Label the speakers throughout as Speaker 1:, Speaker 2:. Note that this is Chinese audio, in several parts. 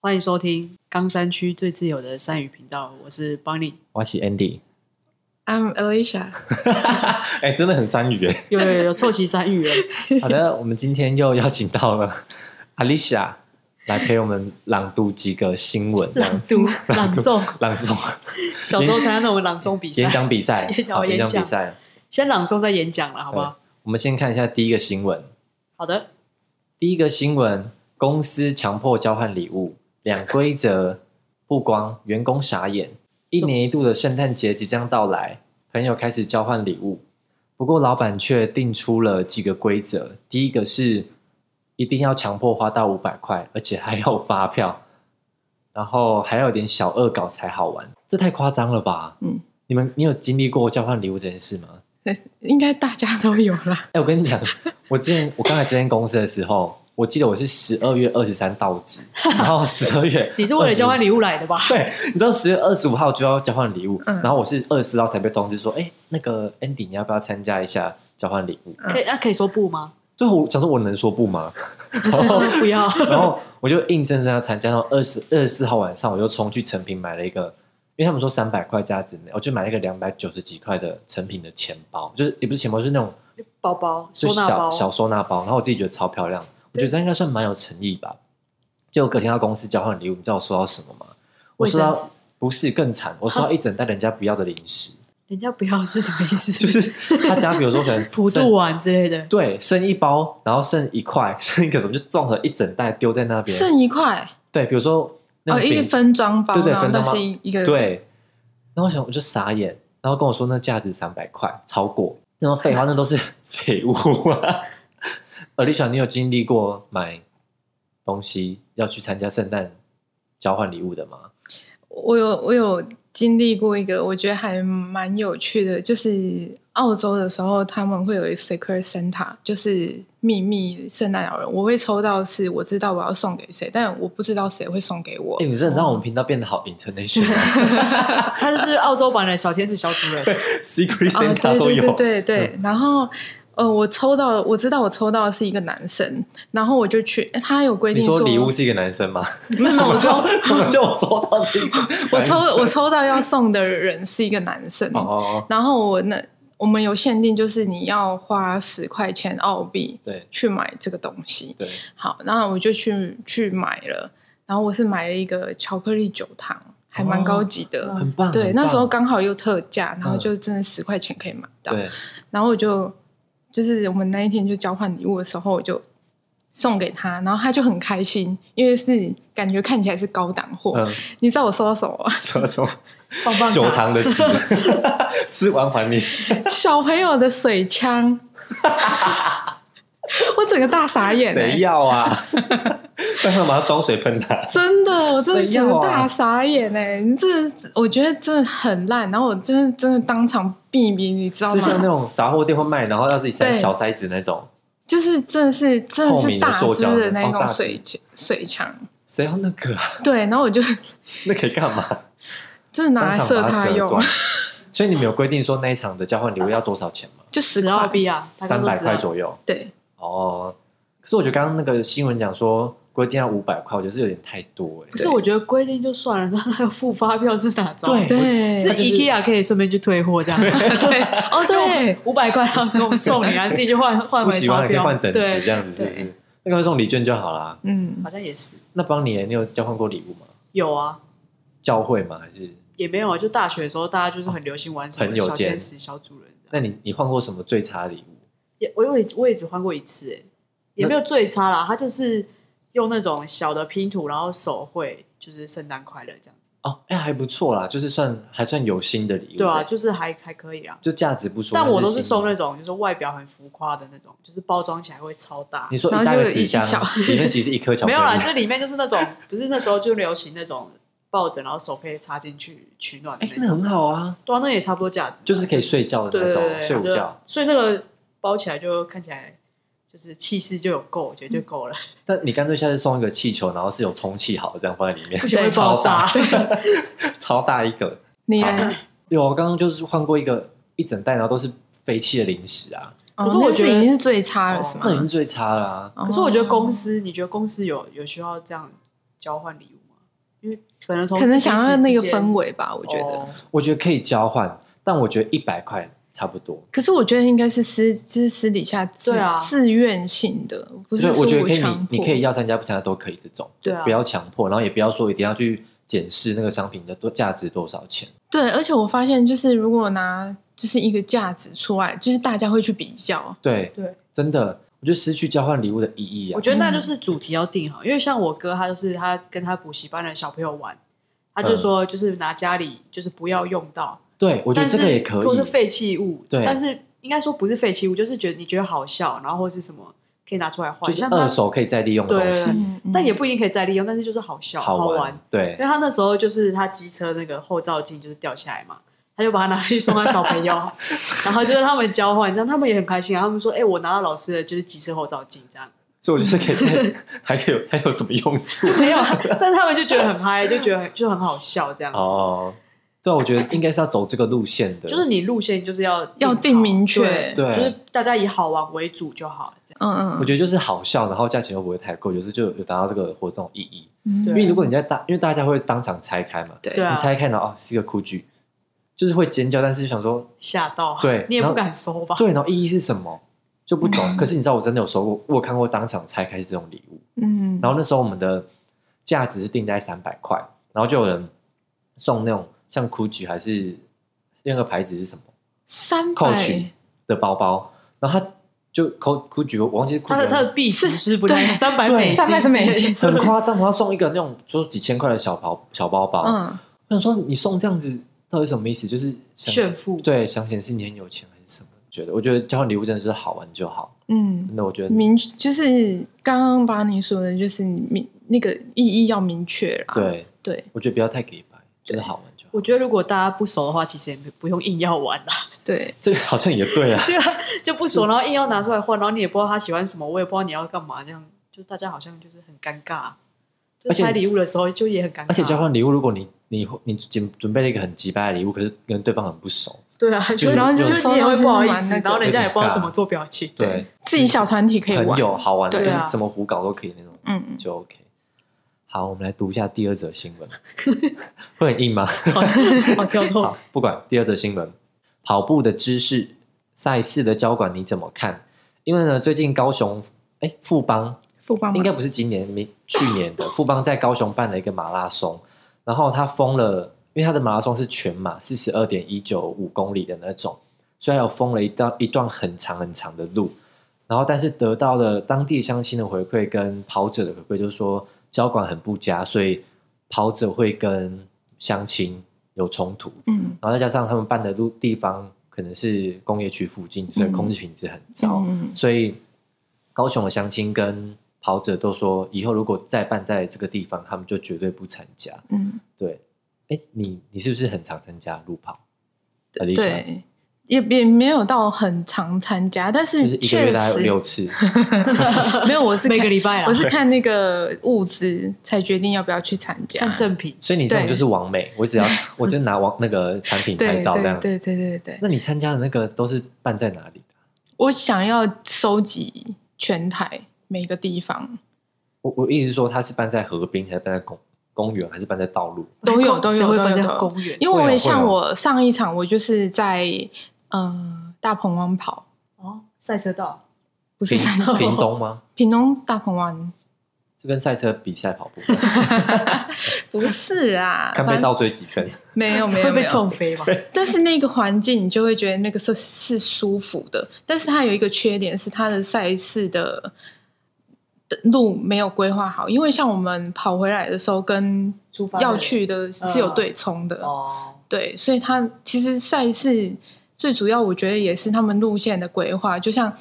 Speaker 1: 欢迎收听冈山区最自由的山语频道，我是邦尼。
Speaker 2: 我是 Andy，
Speaker 3: I'm Alicia，
Speaker 2: 哎、真的很三语哎。
Speaker 1: 有有有凑齐山语了，
Speaker 2: 好的，我们今天又邀请到了 Alicia 来陪我们朗读几个新闻，这样
Speaker 1: 朗
Speaker 2: 子
Speaker 1: 读 朗诵，
Speaker 2: 朗诵
Speaker 1: 小时候参加那种朗诵比赛
Speaker 2: 演，讲比赛
Speaker 1: 演，讲
Speaker 2: 好，
Speaker 1: 演
Speaker 2: 演讲
Speaker 1: 讲
Speaker 2: 比赛。
Speaker 1: 先朗诵再演讲了，好不好？
Speaker 2: 我们先看一下第一个新闻。
Speaker 1: 好的，
Speaker 2: 第一个新闻：公司强迫交换礼物，两规则曝光，员工傻眼。一年一度的圣诞节即将到来，朋友开始交换礼物，不过老板却定出了几个规则。第一个是一定要强迫花到五百块，而且还有发票，然后还有点小恶搞才好玩。这太夸张了吧？
Speaker 3: 嗯，
Speaker 2: 你们你有经历过交换礼物这件事吗？
Speaker 3: 应该大家都有啦。
Speaker 2: 哎、我跟你讲，我之前我刚来这间公司的时候，我记得我是十二月二十三到职，然后十二月
Speaker 1: 你是为了交换
Speaker 2: 礼
Speaker 1: 礼物来的吧？
Speaker 2: 对，你知道十月二十五号就要交换礼物，
Speaker 3: 嗯
Speaker 2: 然后我是二十四号才被通知说，哎、那个 Andy 你要不要参加一下交换礼物？
Speaker 3: 嗯
Speaker 1: 可以，那可以说不吗？
Speaker 2: 最后我想说我能说不吗？然 后
Speaker 1: 不 要，
Speaker 2: 然后我就硬生生要参加，然后二十二十四号晚上我就冲去成品买了一个，因为他们说三百块价值内，我就买了一个两百九十几块的成品的钱包，就是也不是钱包，就是那种。
Speaker 1: 包包
Speaker 2: 就
Speaker 1: 收
Speaker 2: 是
Speaker 1: 纳包
Speaker 2: 小，小收纳包，然后我自己觉得超漂亮，我觉得这样应该算蛮有诚意吧。结果隔天到公司交换礼物，你知道我收到什么吗？我收
Speaker 1: 卫生
Speaker 2: 到
Speaker 1: 纸
Speaker 2: 不是更惨，我收到一整袋人家不要的零食，
Speaker 1: 人家不要是什么意思？
Speaker 2: 就是他家比如说可能
Speaker 1: 普渡
Speaker 2: 剩
Speaker 1: 碗之类的，
Speaker 2: 对剩一包，然后剩一块，剩一个什么就综合一整袋丢在那边。
Speaker 3: 剩一块
Speaker 2: 对，比如说那
Speaker 3: 哦，
Speaker 2: 个
Speaker 3: 一个
Speaker 2: 饼、
Speaker 3: 分装包，
Speaker 2: 对对
Speaker 3: 然后
Speaker 2: 分
Speaker 3: 那
Speaker 2: 装包
Speaker 3: 是一一个，
Speaker 2: 对，然后我想我就傻眼，然后跟我说那价值三百块，超过。那种废话，那都是 废物啊！而丽莎，你有经历过买东西要去参加圣诞交换礼物的吗？
Speaker 3: 我有我有经历过一个，我觉得还蛮有趣的，就是澳洲的时候他们会有一个 Secret Santa，就是秘密圣诞老人，我会抽到是我知道我要送给谁，但我不知道谁会送给我
Speaker 2: 哎、。你真的让我们频道变得好啊 international，Secret
Speaker 1: 他就是澳洲版的小天使小主人，
Speaker 2: Santa 都
Speaker 3: 哦对
Speaker 2: 有。嗯
Speaker 3: 对对对对，然后。呃，我抽到，我知道我抽到的是一个男生，然后我就去，哎他有规
Speaker 2: 你
Speaker 3: 定
Speaker 2: 说礼物是一个男生吗？
Speaker 3: 没有没有，我抽
Speaker 2: 什么叫我抽到这个？
Speaker 3: 我抽我。抽到要送的人是一个男生，
Speaker 2: 哦哦哦，
Speaker 3: 然后我那我们有限定，就是你要花十块钱澳币
Speaker 2: 对
Speaker 3: 去买这个东西。
Speaker 2: 对，
Speaker 3: 好，那我就去去买了，然后我是买了一个巧克力酒糖，还蛮高级的。
Speaker 1: 哦
Speaker 2: 很棒。
Speaker 3: 对，
Speaker 2: 很
Speaker 3: 那时候
Speaker 2: 棒
Speaker 3: 刚好又特价，然后
Speaker 2: 嗯
Speaker 3: 就真的十块钱可以买到。
Speaker 2: 对
Speaker 3: 然后我就就是我们那一天就交换礼物的时候，我就送给他，然后他就很开心，因为是感觉看起来是高档货。
Speaker 2: 嗯，
Speaker 3: 你知道我收到什么吗？
Speaker 2: 什么什么？
Speaker 1: 棒棒
Speaker 2: 酒
Speaker 1: 糖，
Speaker 2: 堂的鸡， 吃完还你。
Speaker 3: 小朋友的水枪， 我整个大傻眼、
Speaker 2: 谁
Speaker 3: 欸，
Speaker 2: 要啊？但他把它装水喷他。
Speaker 3: 真的，我真的
Speaker 2: 谁
Speaker 3: 整
Speaker 2: 要
Speaker 3: 个
Speaker 2: 啊
Speaker 3: 大傻眼哎、你这我觉得真的很烂，然后我真的真的当场毙命，你知道
Speaker 2: 是像那
Speaker 3: 吗？
Speaker 2: 种杂货店会卖，然后要自己塞
Speaker 3: 对
Speaker 2: 小塞子那种。
Speaker 3: 就是真的是真的
Speaker 2: 透
Speaker 3: 是
Speaker 2: 明的
Speaker 3: 大
Speaker 2: 塑
Speaker 3: 只
Speaker 2: 胶的
Speaker 3: 的那
Speaker 2: 哦大只
Speaker 3: 种水枪水枪，
Speaker 2: 谁要那个啊？
Speaker 3: 对，然后我就
Speaker 2: 那可以干嘛？
Speaker 3: 真的拿
Speaker 2: 当
Speaker 3: 来
Speaker 2: 场
Speaker 3: 射
Speaker 2: 把它
Speaker 3: 他
Speaker 2: 折
Speaker 3: 用
Speaker 2: 断，。所以你们有规定说那一场的交换礼物要多少钱吗？
Speaker 3: 就十
Speaker 1: 十澳
Speaker 3: 块，
Speaker 1: 币啊， 大概
Speaker 2: 三
Speaker 1: 都
Speaker 2: 百
Speaker 1: 10
Speaker 2: 块
Speaker 1: 澳
Speaker 2: 左右。
Speaker 3: 对，
Speaker 2: 哦，可是我觉得刚刚那个新闻讲说规定要五百块，我觉得是有点太多哎、
Speaker 1: 不是，我觉得规定就算了，那还有付发票是哪招？
Speaker 2: 对
Speaker 3: 对
Speaker 1: 是
Speaker 2: 他就是
Speaker 1: IKEA 可以顺便去退货这样，
Speaker 3: 对， 哦对，
Speaker 1: 五百块他给我们送你啊，自己去换换
Speaker 2: 不
Speaker 1: 回
Speaker 2: 喜
Speaker 1: 钞
Speaker 2: 欢可以
Speaker 1: 票，
Speaker 2: 换等值这
Speaker 1: 对，
Speaker 2: 样子，是不
Speaker 3: 对
Speaker 2: 是？那个送礼券就好啦。
Speaker 3: 嗯
Speaker 1: 好，像也是
Speaker 2: 那帮你，你有交换过礼物吗？
Speaker 1: 有啊，
Speaker 2: 教会吗？还是？
Speaker 1: 也没有啊，就大学的时候大家就是很流行玩什么
Speaker 2: 朋友
Speaker 1: 小天
Speaker 2: 间
Speaker 1: 使、小主人这样，
Speaker 2: 那你你换过什么最差的礼物？
Speaker 1: 也我也我也只换过一次，哎，也没有最差啦，他就是用那种小的拼图，然后手绘就是圣诞快乐这样子，
Speaker 2: 哦，哎、还不错啦，就是算还算有心的礼物。
Speaker 1: 对啊，就是还还可以啊。
Speaker 2: 就价值不说。
Speaker 1: 但我都是
Speaker 2: 心意
Speaker 1: 送那种就是外表很浮夸的那种，就是包装起来会超大
Speaker 2: 你。说
Speaker 3: 然后
Speaker 2: 一大
Speaker 3: 就
Speaker 2: 个
Speaker 3: 有
Speaker 2: 纸
Speaker 3: 一
Speaker 2: 箱啊
Speaker 3: 小，
Speaker 2: 里面其实一颗巧克
Speaker 1: 没
Speaker 2: 力。
Speaker 1: 有啦，这里面就是那种，不是那时候就流行那种抱枕，然后手可以插进去取暖的
Speaker 2: 哎、
Speaker 1: 那
Speaker 2: 那
Speaker 1: 种，
Speaker 2: 很好啊，
Speaker 1: 对啊，那也差不多价值，
Speaker 2: 就是可以睡觉的
Speaker 1: 对
Speaker 2: 那
Speaker 1: 对
Speaker 2: 种，
Speaker 1: 对，
Speaker 2: 睡午
Speaker 1: 对
Speaker 2: 觉。。
Speaker 1: 所以那个包起来就看起来就是气势就有够，我觉得就够了，
Speaker 3: 嗯
Speaker 2: 但你干脆下次送一个气球，然后是有充气好的，这样放在里面
Speaker 1: 不，行会
Speaker 3: 对
Speaker 1: 爆炸。
Speaker 3: 对，
Speaker 2: 超大一个。
Speaker 3: 你
Speaker 2: 好
Speaker 3: 嘞？
Speaker 2: 有，我刚刚就是换过一个一整袋，然后都是废弃的零食啊，
Speaker 3: 哦
Speaker 1: 可是我
Speaker 3: 那
Speaker 1: 觉
Speaker 3: 已
Speaker 1: 得
Speaker 3: 经是最差了，
Speaker 2: 哦
Speaker 3: 是吗哦
Speaker 2: 那已？经最差啦、啊
Speaker 3: 可
Speaker 1: 可是我觉得公司，你觉得公司有有需要这样交换礼物吗？因为可能同
Speaker 3: 可
Speaker 1: 事
Speaker 3: 能
Speaker 1: 彼
Speaker 3: 想
Speaker 1: 此
Speaker 3: 要那
Speaker 1: 之
Speaker 3: 个
Speaker 1: 间
Speaker 3: 氛，围吧，我觉得。
Speaker 1: 哦
Speaker 2: 我觉得可以交换，但我觉得一百块差不多。
Speaker 3: 可是我觉得应该是私，就是私底下自、
Speaker 1: 对啊
Speaker 3: 自愿性的，不是
Speaker 2: 就
Speaker 3: 说
Speaker 2: 我觉得可以
Speaker 3: 强迫。
Speaker 2: 你，你可以要参加不参加都可以，这种
Speaker 1: 对啊
Speaker 2: 不要强迫，然后也不要说一定要去检视那个商品的多价值多少钱。
Speaker 3: 对，而且我发现就是如果拿就是一个价值出来，就是大家会去比较。
Speaker 2: 对，
Speaker 1: 对，
Speaker 2: 真的，我觉得失去交换礼物的意义啊
Speaker 1: 我。觉得
Speaker 3: 嗯
Speaker 1: 那就是主题要定好，因为像我哥，他就是他跟他补习班的小朋友玩，他
Speaker 2: 嗯
Speaker 1: 就说就是拿家里就是不要用到，
Speaker 2: 对，我觉
Speaker 1: 但是
Speaker 2: 得这个也可
Speaker 1: 如果是
Speaker 2: 以。
Speaker 1: 废弃物，
Speaker 2: 对
Speaker 1: 但是应该说不是废弃物，就是觉得你觉得好笑，然后或是什么可以拿出来换，
Speaker 2: 就是
Speaker 1: 像他
Speaker 2: 二，手可以再利用的东
Speaker 1: 对
Speaker 2: 西，
Speaker 3: 嗯，嗯
Speaker 1: 但也不一定可以再利用，但是就是好笑，好
Speaker 2: 玩。对
Speaker 1: 因为他那时候就是他机车那个后照镜就是掉下来嘛，他就把它拿去送他小朋 友，然后就是他们交换，这样他们也很开心啊。他们说：“哎、我拿到老师的就是机车后照镜，这样
Speaker 2: 所以我觉得可以再还可以有还有什么用处？
Speaker 1: 没有。”啊但他们就觉得很嗨，就觉得很就很好笑这样子。
Speaker 2: 哦，对，我觉得应该是要走这个路线的，
Speaker 1: 就是你路线就是要
Speaker 3: 要定
Speaker 1: 好
Speaker 3: 明确
Speaker 1: 对
Speaker 2: 对
Speaker 1: 就是大家以好玩为主就好了。这样
Speaker 3: 嗯嗯，
Speaker 2: 我觉得就是好笑，然后价钱又不会太贵，就是就有达到这个活动意义。
Speaker 3: 嗯
Speaker 1: 对
Speaker 2: 因为如果你在大，因为大家会当场拆开嘛，
Speaker 3: 对
Speaker 1: 对啊
Speaker 2: 你拆开呢，哦，是一个哭剧，就是会尖叫，但是就想说，
Speaker 1: 吓到，
Speaker 2: 对
Speaker 1: 你也
Speaker 2: 然
Speaker 1: 不
Speaker 2: 后
Speaker 1: 敢收吧？
Speaker 2: 对，然后意义是什么就不懂。
Speaker 3: 嗯
Speaker 2: 可是你知道，我真的有收过，我有看过当场拆开这种礼物，
Speaker 3: 嗯，
Speaker 2: 然后那时候我们的价值是定在三百块，然后就有人送那种像哭剧还是那个牌子是什么
Speaker 3: 三
Speaker 2: 扣
Speaker 3: 百
Speaker 2: 取的包包，然后他就扣哭剧，我忘记是
Speaker 1: 他
Speaker 2: Gucci
Speaker 1: 的
Speaker 2: 还
Speaker 1: 他
Speaker 2: 是
Speaker 1: 的币值是不太
Speaker 3: 对
Speaker 1: 三百
Speaker 2: 对
Speaker 1: 美金，
Speaker 3: 300是美金
Speaker 2: 很夸张，然后送一个那种说几千块的小包小包包，
Speaker 3: 嗯，
Speaker 2: 我想说你送这样子到底什么意思？就是想
Speaker 1: 炫富。
Speaker 2: 对想显示你很有钱还是什么？觉得我觉得交换礼物真的是好玩就好，
Speaker 3: 嗯
Speaker 2: 真，的我觉得
Speaker 3: 明就是刚刚把你说的，就是你明那个意义要明确啦。
Speaker 2: 对，
Speaker 3: 对
Speaker 2: 我觉得不要太给白，就是好玩就好。
Speaker 1: 我觉得如果大家不熟的话，其实也不用硬要玩啦。
Speaker 3: 对，
Speaker 2: 这个好像也对 啊，
Speaker 1: 对啊，就不熟，然后硬要拿出来换，然后你也不知道他喜欢什么，我也不知道你要干嘛，这样就大家好像就是很尴尬。就
Speaker 2: 而且
Speaker 1: 拆礼物的时候就也很尴尬，
Speaker 2: 而且交换礼物，如果
Speaker 3: 嗯
Speaker 2: 你你你准准备了一个很鸡掰的礼物，可是跟对方很不熟，
Speaker 1: 对啊，
Speaker 2: 就
Speaker 1: 就
Speaker 2: 然后就
Speaker 1: 就是
Speaker 3: 收
Speaker 1: 你
Speaker 3: 到
Speaker 1: 也会不好意
Speaker 3: 就是
Speaker 1: 思，
Speaker 3: 玩那个
Speaker 1: 然后人家也不知
Speaker 2: 有
Speaker 1: 道
Speaker 2: 点尬
Speaker 1: 怎么做表情。
Speaker 2: 对，
Speaker 3: 自己小团体可以
Speaker 2: 很
Speaker 3: 玩。
Speaker 2: 有好玩的，就
Speaker 3: 对
Speaker 1: 啊
Speaker 2: 是什么胡搞都可以那种，
Speaker 3: 嗯嗯，
Speaker 2: 就 OK。好，我们来读一下第二则新 闻，会很硬吗？
Speaker 1: 好， 好跳脱
Speaker 3: Oh
Speaker 2: 好，，不管第二则新闻，跑步的知识赛事的交管你怎么看？因为呢，最近高雄哎富邦
Speaker 3: 富邦
Speaker 2: 应
Speaker 3: 吗
Speaker 2: 该不是今年，明去年的富邦在高雄办了一个马拉松，然后他封了，因为他的马拉松是全马，四十二点一九五公里的那种，所以还有封了一段一段很长很长的路。然后，但是得到了当地乡亲的回馈跟跑者的回馈，就是说交管很不佳，所以跑者会跟乡亲有冲突。
Speaker 3: 嗯
Speaker 2: 然后再加上他们办的路地方可能是工业区附近，所以空气品质很糟，
Speaker 3: 嗯
Speaker 2: 所以高雄的乡亲跟跑者都说，以后如果再办在这个地方，他们就绝对不参加。
Speaker 3: 嗯，
Speaker 2: 对，哎，你你是不是很常参加路跑？
Speaker 3: 对
Speaker 2: Alicia，
Speaker 3: 对，也也没有到很常参加，但
Speaker 2: 就是
Speaker 3: 是
Speaker 2: 一个月
Speaker 3: 确
Speaker 2: 大概有六
Speaker 3: 实
Speaker 2: 次，
Speaker 3: 没有，我是
Speaker 1: 每个
Speaker 3: 看
Speaker 1: 礼拜啦啊
Speaker 3: 我，是看那个物资才决定要不要去参加。
Speaker 1: 看正品。
Speaker 2: 所以你这种
Speaker 3: 对
Speaker 2: 就是完美，我 只要我就拿往那个产品拍
Speaker 3: 对
Speaker 2: 照这样
Speaker 3: 对
Speaker 2: 子。
Speaker 3: 对对对对，
Speaker 2: 那你参加的那个都是办在哪里的？啊
Speaker 3: 我想要收集全台每个地方
Speaker 2: 我我意思是说，它是办在河滨，还是办在公公园，还是办在道路？
Speaker 3: 都有都
Speaker 1: 谁
Speaker 3: 有
Speaker 1: 会
Speaker 3: 都
Speaker 1: 放
Speaker 3: 有
Speaker 1: 在
Speaker 3: 都有，
Speaker 1: 公园，
Speaker 3: 因为我
Speaker 2: 会
Speaker 3: 也
Speaker 2: 哦
Speaker 3: 像
Speaker 2: 会哦
Speaker 3: 我上一场我就是在呃大鹏湾跑，
Speaker 1: 哦，赛车道
Speaker 3: 不是
Speaker 2: 屏
Speaker 3: 在
Speaker 2: 屏东吗？
Speaker 3: 屏东大鹏湾，
Speaker 2: 就跟赛车比赛跑步，
Speaker 3: 不是啊，
Speaker 2: 看被
Speaker 3: 反正
Speaker 2: 倒追几圈。
Speaker 3: 没有没有
Speaker 1: 会
Speaker 3: 没
Speaker 1: 被
Speaker 3: 有
Speaker 1: 冲，飞嘛？
Speaker 3: 但是那个环境你就会觉得那个是是舒服的，但是它有一个缺点是它的赛事的。的路没有规划好，因为像我们跑回来的时候，跟
Speaker 1: 出发的人
Speaker 3: 要去的是有对冲的，
Speaker 1: 哦，
Speaker 3: 对，所以它其实赛事最主要，我觉得也是他们路线的规划，就像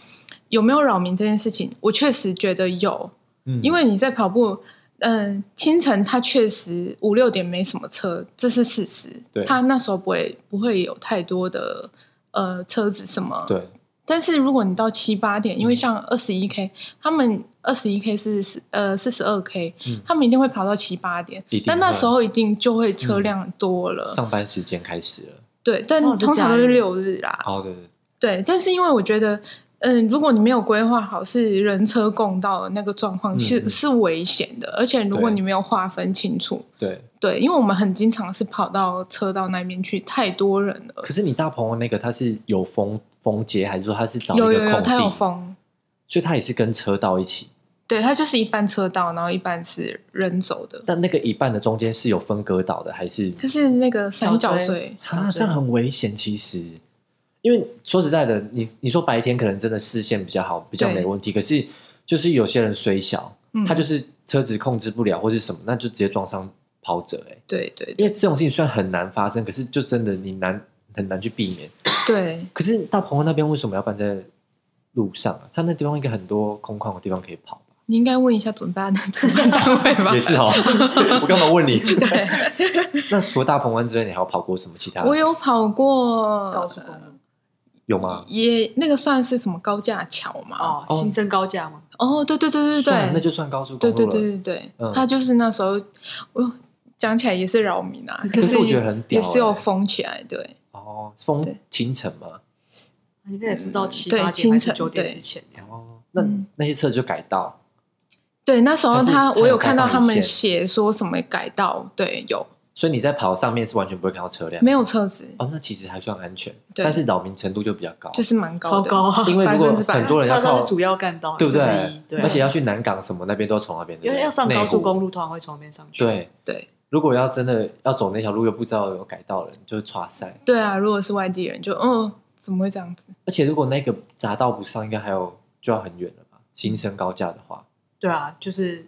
Speaker 3: 有没有扰民这件事情，我确实觉得有，
Speaker 2: 嗯
Speaker 3: 因为你在跑步，嗯、清晨它确实五六点没什么车，这是事实
Speaker 2: 对。
Speaker 3: 它那时候不会不会有太多的呃车子什么，
Speaker 2: 对嗯
Speaker 3: 但是如果你到七八点，因为像二十一 K，他们二十一 K 是十呃四十二 K，
Speaker 2: 嗯
Speaker 3: 他们一定会跑到七八点
Speaker 2: 一定，
Speaker 3: 但那
Speaker 2: 会嗯
Speaker 3: 时候一定就会车辆多了。
Speaker 2: 上班时间开始了。
Speaker 3: 对，但
Speaker 1: 哦是
Speaker 3: 通
Speaker 1: 假
Speaker 3: 常都
Speaker 1: 日
Speaker 3: 是六日啦。
Speaker 2: 哦，对对，对
Speaker 3: 对，但是因为我觉得嗯，如果你没有规划好是人车共道的那个状况，
Speaker 2: 嗯
Speaker 3: 是
Speaker 2: 嗯
Speaker 3: 是危险的。而且如果
Speaker 2: 对
Speaker 3: 你没有划分清楚，
Speaker 2: 对，
Speaker 3: 对，因为我们很经常是跑到车道那边去，太多人了。
Speaker 2: 可是你大朋友那个他是有封封街，还是说他是找一个
Speaker 3: 有
Speaker 2: 空地？
Speaker 3: 有有，它有风，
Speaker 2: 所以他也是跟车道一起，
Speaker 3: 对，它就是一半车道，然后一半是人走的，
Speaker 2: 但那个一半的中间是有分隔岛的，还是
Speaker 3: 就是那个三
Speaker 1: 角
Speaker 3: 角
Speaker 1: 锥
Speaker 3: 锥。
Speaker 2: 啊，这样很危险。其实，因为说实在的，你你说白天可能真的视线比较好，比较
Speaker 3: 对
Speaker 2: 没问题。可是就是有些人虽小，
Speaker 3: 嗯，
Speaker 2: 他就是车子控制不了或是什么，那就直接撞上跑者、欸。
Speaker 3: 对对
Speaker 2: 因
Speaker 3: 对
Speaker 2: 为这种事情虽然很难发生，可是就真的你难很难去避免。
Speaker 3: 对，
Speaker 2: 可是大鹏湾那边为什么要搬在路上啊？他那地方应该很多空旷的地方可以跑吧？
Speaker 3: 你应该问一下准办的 主办单位 吧
Speaker 2: 也。是 哦，我干嘛问你？
Speaker 3: 对，
Speaker 2: 那除了大鹏湾之外，你还有跑过什么其他？
Speaker 3: 我有跑过
Speaker 1: 高速公路
Speaker 2: 有吗？
Speaker 3: 也那个算是什么高架桥嘛？哦，
Speaker 1: 哦，新生高架吗？
Speaker 3: 对对对对
Speaker 2: 算
Speaker 3: 对，
Speaker 2: 了那就算高速公
Speaker 3: 对
Speaker 2: 路
Speaker 3: 对
Speaker 2: 了。
Speaker 3: 对对对，
Speaker 2: 嗯
Speaker 3: 他就是那时候我讲起来也是扰民啊，
Speaker 2: 可
Speaker 3: 是
Speaker 2: 是我觉得很屌
Speaker 3: 也是有
Speaker 2: 欸
Speaker 3: 封起来，对
Speaker 2: 哦，风
Speaker 3: 对
Speaker 2: 清晨嘛，
Speaker 1: 应该也是到七
Speaker 3: 嗯对
Speaker 1: 八点
Speaker 3: 清
Speaker 1: 还是
Speaker 3: 晨
Speaker 1: 九点
Speaker 3: 对
Speaker 1: 之前那样。
Speaker 2: 哦，那、
Speaker 3: 嗯
Speaker 2: 那些车就改道，
Speaker 3: 对，那时候
Speaker 2: 但是
Speaker 3: 他
Speaker 2: 它有
Speaker 3: 我有看到
Speaker 2: 改道
Speaker 3: 他
Speaker 2: 一线
Speaker 3: 们写说什么改道，对，有
Speaker 2: 所以你在跑上面是完全不会看到车辆。
Speaker 3: 没有车子，
Speaker 2: 哦，那其实还算安全，
Speaker 3: 对
Speaker 2: 但是扰民程度就比较高，
Speaker 3: 就是蛮高
Speaker 1: 超
Speaker 3: 的，
Speaker 1: 高啊！
Speaker 2: 因为如果
Speaker 3: 百分之百
Speaker 2: 很多人要
Speaker 1: 它
Speaker 2: 靠
Speaker 1: 是主要干道
Speaker 2: 对不
Speaker 1: 之
Speaker 2: 对
Speaker 1: 一？
Speaker 3: 啊
Speaker 1: 对
Speaker 2: 而且要去南港什么那边都要从那边，
Speaker 1: 因为要上
Speaker 2: 内湖
Speaker 1: 高速公路，通常会从那边上去。，
Speaker 2: 对，
Speaker 3: 对
Speaker 2: 如果要真的要走那条路，又不知道有改道了，你就是刷塞。
Speaker 3: 对啊，如果是外地人就嗯，怎么会这样子？
Speaker 2: 而且如果那个匝道不上，应该还有就要很远了吧？新生高架的话，
Speaker 1: 对啊，就是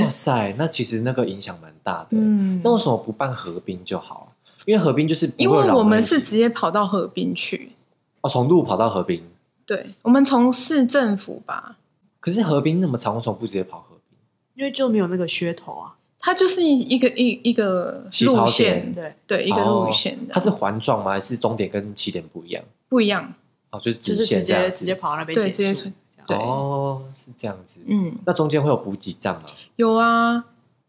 Speaker 2: 哇塞，那其实那个影响蛮大的。
Speaker 3: 嗯，
Speaker 2: 那为什么不办河滨就好啊？因为河滨就是不会
Speaker 3: 因
Speaker 2: 有
Speaker 3: 为
Speaker 2: 扰
Speaker 3: 我
Speaker 2: 民
Speaker 3: 们
Speaker 2: 问题
Speaker 3: 是直接跑到河滨去，
Speaker 2: 哦从路跑到河滨，
Speaker 3: 对，我们从市政府吧，
Speaker 2: 可是河滨那么长，为什么不直接跑河滨？
Speaker 1: 因为就没有那个噱头啊。
Speaker 3: 它就是一个一一个
Speaker 2: 起跑
Speaker 3: 路
Speaker 2: 点
Speaker 3: 线，
Speaker 1: 对，
Speaker 3: 对，一个路线
Speaker 2: 哦
Speaker 3: 的，
Speaker 2: 它是环状吗？还是终点跟起点不一样？
Speaker 3: 不一样，
Speaker 2: 哦，就是
Speaker 1: 就
Speaker 2: 直
Speaker 1: 是直
Speaker 2: 线这样
Speaker 1: 接
Speaker 2: 子
Speaker 1: 直接跑到那边
Speaker 3: 对
Speaker 1: 结
Speaker 3: 直
Speaker 1: 束
Speaker 3: 接。对
Speaker 2: 哦，是这样子。
Speaker 3: 嗯，
Speaker 2: 那中间会有补给站吗？
Speaker 3: 有啊，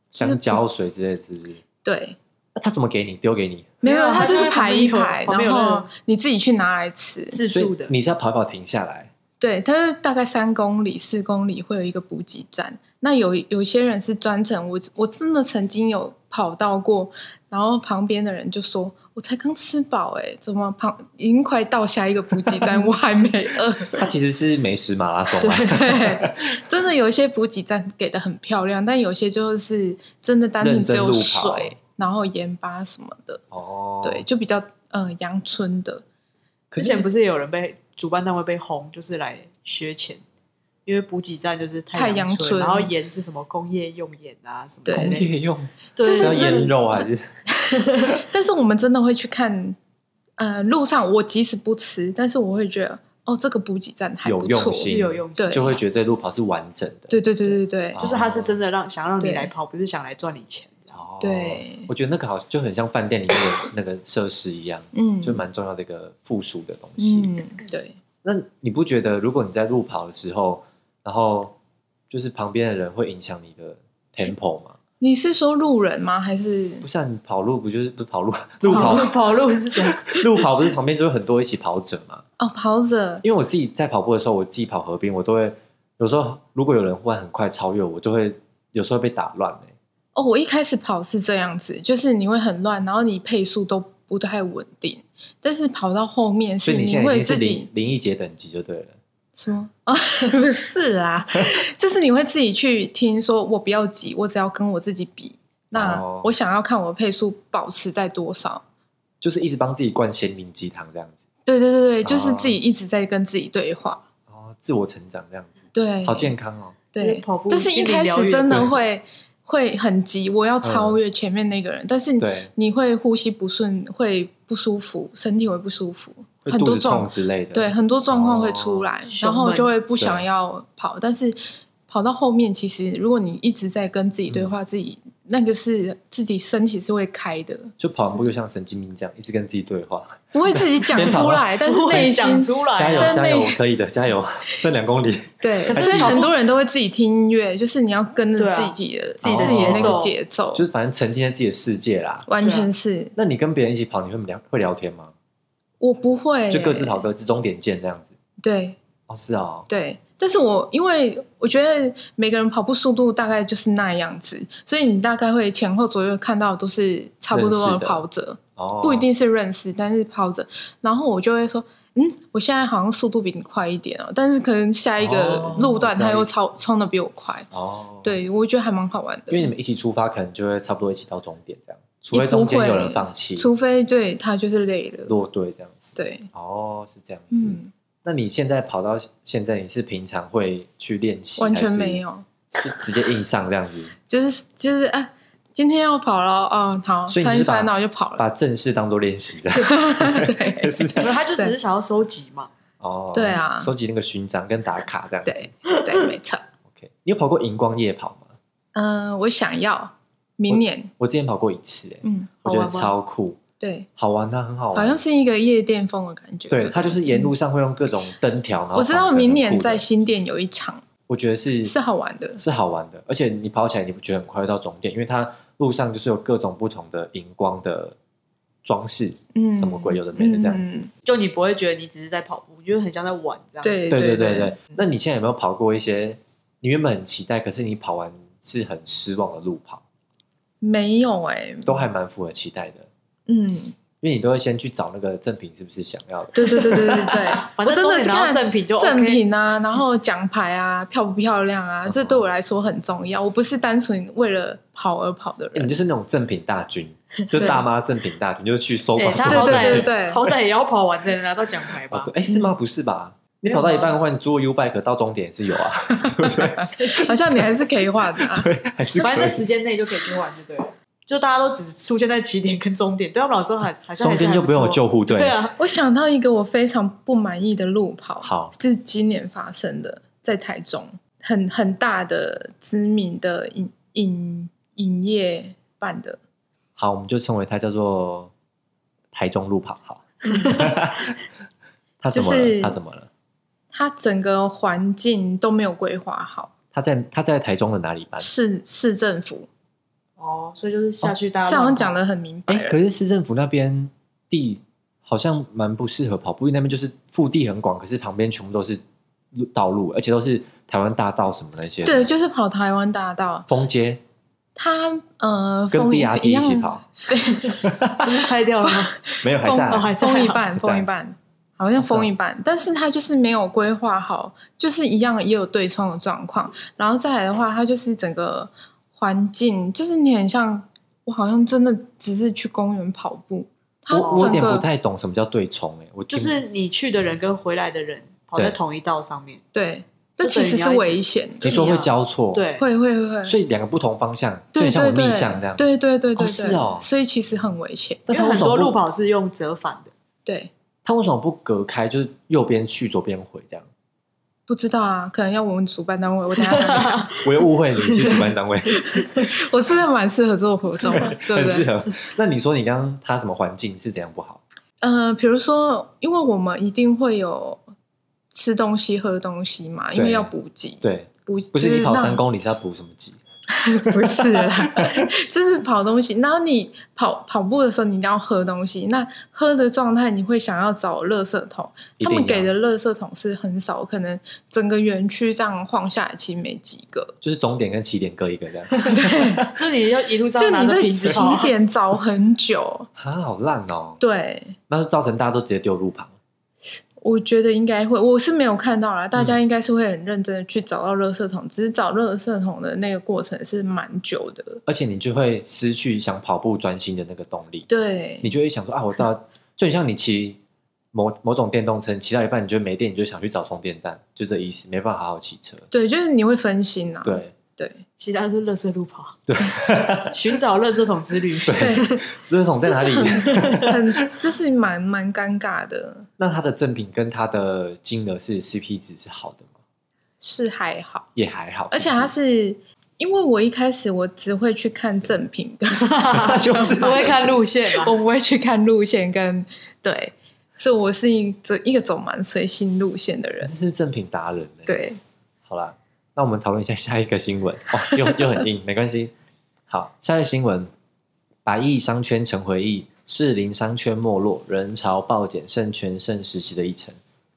Speaker 3: 就是
Speaker 2: 香蕉水之类的，是不是？
Speaker 3: 对，
Speaker 2: 那他怎么给你？丢给你？
Speaker 3: 没有，
Speaker 1: 没有
Speaker 3: 它就是
Speaker 1: 它旁
Speaker 3: 排
Speaker 1: 边
Speaker 3: 一
Speaker 1: 有
Speaker 3: 排，
Speaker 1: 旁边
Speaker 3: 然
Speaker 1: 有那
Speaker 3: 后
Speaker 1: 个
Speaker 3: 你自己去拿来吃。
Speaker 1: 自
Speaker 2: 所
Speaker 1: 助
Speaker 2: 以
Speaker 1: 的，
Speaker 2: 你在跑一跑停下来，
Speaker 3: 对，它是大概三公里、四公里会有一个补给站。那有有些人是专程，我我真的曾经有跑到过，然后旁边的人就说：“我才刚吃饱哎、怎么旁已经快到下一个补给站，我还没 饿。
Speaker 2: 它其实是美食马拉松嘛。
Speaker 3: 对，真的有一些补给站给的很漂亮，但有些就是真的单纯
Speaker 2: 认
Speaker 3: 只
Speaker 2: 真
Speaker 3: 有
Speaker 2: 路跑
Speaker 3: 水，然后盐巴什么的，
Speaker 2: 哦，
Speaker 3: 对，，就比较呃阳春的。
Speaker 1: 之
Speaker 2: 可是
Speaker 1: 前不是有人被主办单位被轰，就是来削钱，因为补给站就是
Speaker 3: 太
Speaker 1: 阳
Speaker 3: 阳村
Speaker 1: 然后盐是什么工业用盐啊什么之
Speaker 3: 对
Speaker 2: 工
Speaker 1: 类的，
Speaker 2: 业用
Speaker 1: 对
Speaker 3: 这
Speaker 2: 是
Speaker 1: 对
Speaker 2: 要
Speaker 3: 是
Speaker 1: 对
Speaker 2: 腌肉还是？
Speaker 3: 但是我们真的会去看，呃，路上我即使不吃，但是我会觉得，哦，这个补给站还不
Speaker 2: 有用
Speaker 3: 错，
Speaker 2: 心
Speaker 1: 是有用心
Speaker 3: 对
Speaker 2: 就会觉得这路跑是完整的。
Speaker 3: 对对对对对
Speaker 2: 哦
Speaker 1: 就是他是真的让想让你
Speaker 3: 对
Speaker 1: 来跑，不是想来赚你钱。
Speaker 2: 哦
Speaker 3: 对
Speaker 2: 我觉得那个好就很像饭店里面的那个设施一样，
Speaker 3: 嗯，
Speaker 2: 就蛮重要的一个附属的东西。
Speaker 3: 嗯，对，
Speaker 2: 那你不觉得，如果你在路跑的时候，然后就是旁边的人会影响你的 tempo 吗？
Speaker 3: 你是说路人吗？还是
Speaker 2: 不啊像你跑路，不就是不是跑路 路跑
Speaker 1: 路跑路是 这样，
Speaker 2: 路跑不是旁边就有很多一起跑者嘛？
Speaker 3: 哦跑者？
Speaker 2: 因为我自己在跑步的时候，我自己跑河边，我都会有时候如果有人忽然很快超越我，我都会有时候被打乱、欸、
Speaker 3: 哦，我一开始跑是这样子，就是你会很乱，然后你配速都不太稳定，但是跑到后面
Speaker 2: 所
Speaker 3: 是
Speaker 2: 以你
Speaker 3: 你
Speaker 2: 现在已
Speaker 3: 会
Speaker 2: 经是
Speaker 3: 自己
Speaker 2: 林林一杰等级就对了。
Speaker 3: 什么啊？ 不是 啦，就是你会自己去听说，我不要急，我只要跟我自己比。那
Speaker 2: 哦
Speaker 3: 我想要看我的配速保持在多少？
Speaker 2: 就是一直帮自己灌心灵鸡汤这样子，
Speaker 3: 对对对对，就是
Speaker 2: 哦
Speaker 3: 自己一直在跟自己对话。
Speaker 2: 哦，自我成长这样子，
Speaker 3: 对，
Speaker 2: 好健康哦。
Speaker 3: 对
Speaker 1: 跑步
Speaker 3: 但是一
Speaker 1: 心灵
Speaker 3: 开
Speaker 1: 疗愈
Speaker 3: 始
Speaker 1: 过
Speaker 3: 真的
Speaker 1: 程
Speaker 3: 会会很急，我要超越前面那个人，但是
Speaker 2: 嗯对
Speaker 3: 你会呼吸不顺，会不舒服，身体会不舒服，
Speaker 2: 会
Speaker 3: 很
Speaker 2: 肚
Speaker 3: 多
Speaker 2: 子痛
Speaker 3: 状
Speaker 2: 之类的，
Speaker 3: 对，很多状况会
Speaker 2: 哦
Speaker 3: 出来，
Speaker 1: 胸
Speaker 3: 然后
Speaker 1: 闷
Speaker 3: 就会不想
Speaker 2: 对
Speaker 3: 要跑。但是跑到后面，其实如果你一直在跟自己
Speaker 2: 嗯
Speaker 3: 对话，自己那个是自己身体是会开的，
Speaker 2: 就跑完步就像神经病这样，一直跟自己对话，
Speaker 3: 不会自己 讲
Speaker 2: 边跑
Speaker 3: 出
Speaker 2: 啊
Speaker 3: 来，但是
Speaker 1: 不会
Speaker 3: 内
Speaker 1: 讲
Speaker 3: 心
Speaker 1: 出来啊，
Speaker 2: 加油
Speaker 3: 但
Speaker 2: 加
Speaker 3: 那
Speaker 2: 油，可以的，加油， 剩两公里。
Speaker 3: 对。
Speaker 1: 可是
Speaker 3: 所以
Speaker 1: 跑
Speaker 3: 很
Speaker 1: 步
Speaker 3: 多人都会自己听音乐，就是你要跟
Speaker 1: 对
Speaker 3: 着
Speaker 1: 啊
Speaker 3: 自己的
Speaker 2: 自己的
Speaker 3: 己的那
Speaker 2: 节
Speaker 3: 个
Speaker 1: 奏
Speaker 3: 节奏，
Speaker 2: 就是反正沉浸在自己的世界啦。
Speaker 3: 完
Speaker 1: 对啊
Speaker 3: 全是
Speaker 2: 那你跟别人一起跑，你会聊会聊天吗？
Speaker 3: 我不会
Speaker 2: 就各自
Speaker 3: 欸
Speaker 2: 跑各自，终点见这样子。
Speaker 3: 对。
Speaker 2: 哦，是哦，
Speaker 3: 对，但是我因为我觉得每个人跑步速度大概就是那样子，所以你大概会前后左右看到都是差不多
Speaker 2: 认识
Speaker 3: 的
Speaker 2: 的
Speaker 3: 跑者，
Speaker 2: 哦，
Speaker 3: 不一定是认识，但是跑者。然后我就会说，嗯，我现在好像速度比你快一点哦，但是可能下一个
Speaker 2: 哦
Speaker 3: 路段
Speaker 2: 这样
Speaker 3: 他又
Speaker 2: 意思
Speaker 3: 超冲的比我快。
Speaker 2: 哦，，
Speaker 3: 对，我觉得还蛮好玩
Speaker 2: 因为
Speaker 3: 的，
Speaker 2: 你们一起出发，可能就会差不多一起到终点这样，除
Speaker 3: 也
Speaker 2: 非
Speaker 3: 不
Speaker 2: 中间有
Speaker 3: 会
Speaker 2: 人放弃
Speaker 3: 除非对他就是累了。
Speaker 2: 落队这样子。
Speaker 3: 对，
Speaker 2: 哦，是这样子。
Speaker 3: 嗯，
Speaker 2: 那你现在跑到现在，你是平常会去练习，
Speaker 3: 完全
Speaker 2: 还是
Speaker 3: 没，有，
Speaker 2: 就直接硬上这样 子，
Speaker 3: 就是就是啊，今天要跑了，哦，好，
Speaker 2: 所以
Speaker 3: 穿
Speaker 2: 你
Speaker 3: 一
Speaker 2: 是把
Speaker 3: 穿，那我就跑了。
Speaker 2: 把正事当做练习的，
Speaker 3: 对，
Speaker 2: 是这
Speaker 1: 没
Speaker 2: 样。
Speaker 1: 有，他就只是想要收集嘛。
Speaker 2: 哦，
Speaker 3: 对啊
Speaker 2: 收集那个勋章跟打卡这样子。
Speaker 3: 对对，没错。
Speaker 2: OK，你有跑过荧光夜跑吗？
Speaker 3: 嗯、我想要明年，
Speaker 2: 我之前跑过一次、欸，
Speaker 3: 嗯，
Speaker 2: 我觉得
Speaker 1: 好玩吗
Speaker 2: 超酷，
Speaker 3: 对，
Speaker 2: 好玩啊，很好玩。
Speaker 3: 好像是一个夜店风的感觉。
Speaker 2: 对，它就是沿路上会用各种灯条，然后
Speaker 3: 我知道
Speaker 2: 绑成
Speaker 3: 明
Speaker 2: 很
Speaker 3: 年
Speaker 2: 酷的
Speaker 3: 在新店有一场
Speaker 2: 我觉得是
Speaker 3: 是好玩的，
Speaker 2: 是好玩的，而且你跑起来你不觉得很快就到终点，因为它路上就是有各种不同的荧光的装饰，
Speaker 3: 嗯，
Speaker 2: 什么鬼有的没的这样子。
Speaker 3: 嗯
Speaker 1: 就你不会觉得你只是在跑步，你就很像在玩这样。，
Speaker 3: 对
Speaker 2: 对
Speaker 3: 对
Speaker 2: 对对，那你现在有没有跑过一些你原本很期待，可是你跑完是很失望的路跑，
Speaker 3: 没有哎、
Speaker 2: 都还蛮符合期待的，
Speaker 3: 嗯，
Speaker 2: 因为你都会先去找那个正品是不是想要的。
Speaker 3: 对对对对对 对，
Speaker 1: 反正
Speaker 3: 我真
Speaker 1: 终
Speaker 3: 的
Speaker 1: 点
Speaker 3: 是
Speaker 1: 拿到
Speaker 3: 看
Speaker 1: 正品就 OK。
Speaker 3: 赠品啊，然后奖牌啊，漂不漂亮啊，
Speaker 2: 嗯
Speaker 3: 这对我来说很重要。我不是单纯为了跑而跑的
Speaker 2: 欸
Speaker 3: 人，
Speaker 2: 你就是那种正品大军，就
Speaker 3: 对
Speaker 2: 大妈正品大军，就是去搜刮
Speaker 1: 哎，
Speaker 2: 所
Speaker 1: 他
Speaker 2: 有
Speaker 1: 好
Speaker 2: 正
Speaker 1: 歹
Speaker 2: 品
Speaker 3: 对对对对
Speaker 1: 好歹也要跑完才能拿到奖牌吧
Speaker 2: 哦？对哎，是吗？不是吧？你跑到一半的话，你坐 U bike 到终点也是有啊， 对不对？
Speaker 3: 好像你还是可以画的、啊。
Speaker 2: 对，还是可
Speaker 1: 反正在
Speaker 2: 以。
Speaker 1: 时间内就可以去玩，就对了。就大家都只出现在起点跟终点，对他们老师好像好像
Speaker 2: 中
Speaker 1: 还是
Speaker 2: 间就
Speaker 1: 还
Speaker 2: 不用有
Speaker 1: 错
Speaker 2: 救护队
Speaker 1: 对。啊，
Speaker 3: 我想到一个我非常不满意的路跑，
Speaker 2: 好，
Speaker 3: 是今年发生的，在台中，很很大的知名的影影影业办的，
Speaker 2: 好，我们就称为它叫做台中路跑。 好，他怎么
Speaker 3: 就是
Speaker 2: 了？他怎么了？
Speaker 3: 它整个环境都没有规划好，
Speaker 2: 他在他在台中的哪里办？
Speaker 3: 市市政府
Speaker 1: 哦，所以就是下去大家
Speaker 3: 这好像讲的很明白
Speaker 2: 哎、
Speaker 3: 了，
Speaker 2: 可是市政府那边地好像蛮不适合跑步，因为那边就是腹地很广，可是旁边全部都是路道路，而且都是台湾大道什么那些的。
Speaker 3: 对，就是跑台湾大道，
Speaker 2: 封街
Speaker 3: 它呃
Speaker 2: 跟
Speaker 3: 封一
Speaker 2: BRT
Speaker 3: 一样
Speaker 2: 一起跑，
Speaker 1: 不是拆掉了吗？
Speaker 2: 没有还在
Speaker 3: 封
Speaker 1: 哦
Speaker 2: 啊、
Speaker 1: 还在
Speaker 3: 封一
Speaker 1: 啊
Speaker 3: 半，
Speaker 2: 不在
Speaker 3: 封一半，好像封一半，但是它就是没有规划好，就是一样也有对冲的状况。然后再来的话，它就是整个环境，就是你很像我好像真的只是去公园跑步，它
Speaker 2: 我我有
Speaker 3: 整
Speaker 2: 点不
Speaker 3: 个
Speaker 2: 太懂什么叫对冲哎、我
Speaker 1: 就
Speaker 2: 听
Speaker 1: 是你去的人跟回来的人跑在
Speaker 2: 对
Speaker 1: 同一道上面，
Speaker 3: 对，这
Speaker 1: 就等
Speaker 3: 其
Speaker 1: 于
Speaker 3: 实
Speaker 1: 你
Speaker 3: 是
Speaker 1: 要一直
Speaker 3: 危险的，
Speaker 2: 你说会交错，，
Speaker 1: 对，
Speaker 3: 会会会会，
Speaker 2: 所以两个不同方向，就
Speaker 3: 啊对
Speaker 2: 很像
Speaker 3: 对
Speaker 2: 我逆
Speaker 3: 对
Speaker 2: 向这样。，
Speaker 3: 对对对对
Speaker 2: 哦是哦
Speaker 3: 对，所以其实很危险，
Speaker 2: 那
Speaker 1: 因为
Speaker 2: 他为
Speaker 1: 很
Speaker 2: 什么
Speaker 1: 多
Speaker 2: 不
Speaker 1: 路跑是用折返的，
Speaker 3: 对。
Speaker 2: 他为什么不隔开，就是右边去左边回这样？
Speaker 3: 不知道啊，可能要我们主办单位，我等一下再看
Speaker 2: 我又误会你是主办单位，
Speaker 3: 我是不是蛮适合做活动的，
Speaker 2: 很
Speaker 3: 对不 对
Speaker 2: 适？合。那你说你刚刚他什么环境是怎样不好？
Speaker 3: 呃，比如说，因为我们一定会有吃东西、喝东西嘛，因为
Speaker 2: 对
Speaker 3: 要补给，
Speaker 2: 对，
Speaker 3: 补
Speaker 2: 不是你跑三
Speaker 3: 公，
Speaker 2: 公里是要补什么级？
Speaker 3: 不 是啦，就是跑东西。然后你跑跑步的时候，你一定要喝东西。那喝的状态，你会想要找垃圾桶，
Speaker 2: 一
Speaker 3: 他
Speaker 2: 定
Speaker 3: 们给
Speaker 2: 要
Speaker 3: 的垃圾桶是很少，可能整个园区这样晃下来，其实没几个。
Speaker 2: 就是终点跟起点各一个这样，
Speaker 1: 就你要一路上
Speaker 3: 就
Speaker 1: 拿
Speaker 3: 你
Speaker 1: 着
Speaker 3: 在
Speaker 1: 瓶子跑
Speaker 3: 起
Speaker 1: 啊，
Speaker 3: 点找很久，
Speaker 2: 啊，好烂哦。
Speaker 3: 对，
Speaker 2: 那就造成大家都直接丢路旁。
Speaker 3: 我觉得应该会，我是没有看到啦，大
Speaker 2: 嗯
Speaker 3: 家应该是会很认真的去找到垃圾桶，只是找垃圾桶的那个过程是蛮久的。
Speaker 2: 而且你就会失去想跑步专心的那个动力，
Speaker 3: 对
Speaker 2: 你，就会想说啊，我到就很像你骑某某种电动车，你骑到一半你觉得没电，你就想去找充电站，就这意思，没办法好好骑车。
Speaker 3: 对，就是你会分心啦。
Speaker 2: 对，
Speaker 3: 对
Speaker 1: 其他是垃圾路跑，
Speaker 2: 对，
Speaker 1: 寻找垃圾桶之旅，
Speaker 3: 对，
Speaker 2: 垃圾桶在
Speaker 3: 这
Speaker 2: 哪里
Speaker 3: 是？很 很，这是蛮蛮尴尬的，
Speaker 2: 那它的赠品跟它的金额是 CP 值是好的吗？
Speaker 3: 是还好，
Speaker 2: 也还好，
Speaker 3: 而且
Speaker 2: 它
Speaker 3: 它是因为我一开始我只会去看正品的，
Speaker 2: 就是
Speaker 1: 不会看路线啊啦。
Speaker 3: 我不会去看路线跟对，所以我是一走一个走蛮随心路线的
Speaker 2: 这
Speaker 3: 人。
Speaker 2: 是赠品达人呢、，
Speaker 3: 对，
Speaker 2: 好啦，那我们讨论一下下一个新闻哦，又又很硬，没关系。好，下一个新闻：百亿商圈成回忆，士林商圈没落，人潮暴减，剩全盛时期的一城。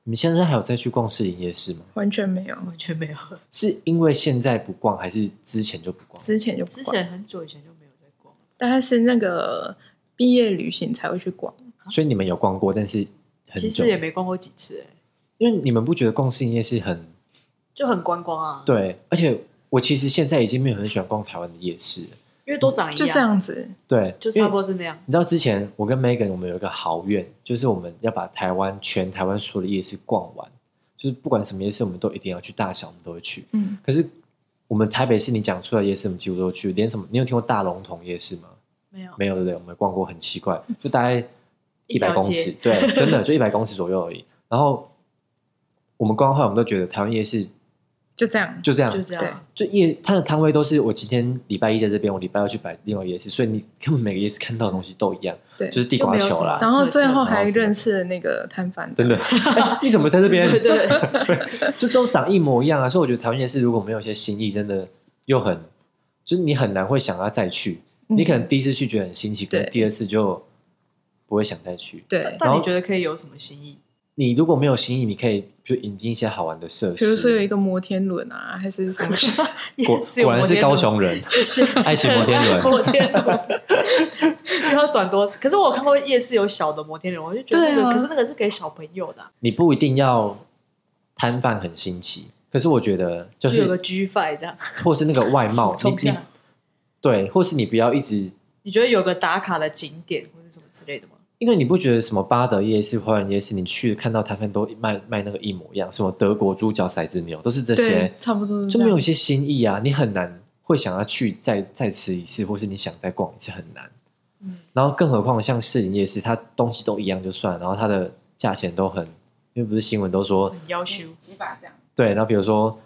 Speaker 2: 你们现在还有再去逛士林夜市吗？
Speaker 3: 完全没有，
Speaker 1: 完全没有。
Speaker 2: 是因为现在不逛，还是之前就不逛？
Speaker 3: 之前就不
Speaker 1: 之
Speaker 3: 逛，
Speaker 1: 前很久以前就没有在逛，
Speaker 3: 大概是那个毕业旅行才会去逛。
Speaker 2: 所以你们有逛过，但是很
Speaker 1: 其
Speaker 2: 久
Speaker 1: 实，也没逛过几次、哎，
Speaker 2: 因为你们不觉得逛士林夜市很
Speaker 1: 就很观光啊。，
Speaker 2: 对？而且我其实现在已经没有很喜欢逛台湾的夜市了，
Speaker 1: 因为都长一
Speaker 3: 就这样子，
Speaker 2: 对，
Speaker 1: 就
Speaker 2: 因
Speaker 1: 差
Speaker 2: 为
Speaker 1: 不多是那样。
Speaker 2: 你知道之前我跟 Megan 我们有一个豪愿，就是我们要把台湾全台湾所有的夜市逛完，就是不管什么夜市，我们都一定要去，大小我们都会去。
Speaker 3: 嗯，
Speaker 2: 可是我们台北市你讲出来的夜市，我们几乎都去，连什么你有听过大龙峒夜市吗？
Speaker 1: 没有，
Speaker 2: 没有对不对？我们逛过很奇怪，就大概
Speaker 1: 一
Speaker 2: 一
Speaker 1: 条
Speaker 2: 百公
Speaker 1: 街
Speaker 2: 尺，对，真的就一百公尺左右而已。然后我们逛后来，我们都觉得台湾夜市
Speaker 3: 就这样，
Speaker 2: 就这样，
Speaker 1: 就这样。
Speaker 2: 就夜它的摊位都是我今天礼拜一在这边，我礼拜二去摆另外一个夜市，所以你根本每个夜市看到的东西都一样，
Speaker 3: 对。
Speaker 2: 就是地
Speaker 1: 就
Speaker 2: 瓜
Speaker 1: 没有
Speaker 2: 球
Speaker 1: 什么
Speaker 2: 啦，
Speaker 3: 然后最
Speaker 1: 哦
Speaker 3: 后还
Speaker 2: 然后什么
Speaker 3: 认识了那个摊 贩，
Speaker 2: 真的，哎你怎么在这边？
Speaker 1: 对对，
Speaker 2: 对，就都长一模一样啊。所以我觉得台湾夜市如果没有一些新意，真的又很，就是你很难会想要再去。
Speaker 3: 嗯
Speaker 2: 你可能第一次去觉得很新奇，可能
Speaker 3: 对
Speaker 2: 第二次就不会想再去。
Speaker 3: 对，
Speaker 1: 但
Speaker 2: 然
Speaker 1: 你
Speaker 2: 后
Speaker 1: 觉得可以有什么新意？
Speaker 2: 你如果没有新意，你可以就引进一些好玩的设施，
Speaker 3: 比如说有一个摩天轮啊，还是什么
Speaker 2: 果
Speaker 1: 也有
Speaker 2: 果然
Speaker 1: 摩
Speaker 2: 是
Speaker 1: 天
Speaker 2: 高
Speaker 1: 轮
Speaker 2: 雄人，
Speaker 1: 谢谢。
Speaker 2: 爱情摩天轮。
Speaker 1: 摩天轮， 不要转多次。可是我看过夜市有小的摩天轮，我就觉得那
Speaker 3: 对
Speaker 1: 个，
Speaker 3: 啊
Speaker 1: 可是那个是给小朋友的啊，
Speaker 2: 你不一定要摊贩很新奇，可是我觉得就
Speaker 1: 就有个
Speaker 2: 是
Speaker 1: G Five 这样。
Speaker 2: 或是那个外貌，你
Speaker 1: 冲
Speaker 2: 你
Speaker 1: 下，
Speaker 2: 对，或是你不要一直
Speaker 1: 你觉得有个打卡的景点或者什么之类的吗？
Speaker 2: 因为你不觉得什么巴德夜市、花园夜市，你去看到摊贩都卖卖那个一模一样，什么德国猪脚、骰子牛，都是这些
Speaker 3: 对，，差不多是
Speaker 2: 就
Speaker 3: 这
Speaker 2: 没有
Speaker 3: 样
Speaker 2: 一些新意啊，你很难会想要去再再吃一次，或是你想再逛一次很难。
Speaker 1: 嗯，
Speaker 2: 然后更何况像士林夜市，它东西都一样就算，然后它的价钱都很，因为不是新闻都说
Speaker 1: 很要
Speaker 2: 嗯
Speaker 1: 求。
Speaker 3: 几把这样，
Speaker 2: 对，然后比如说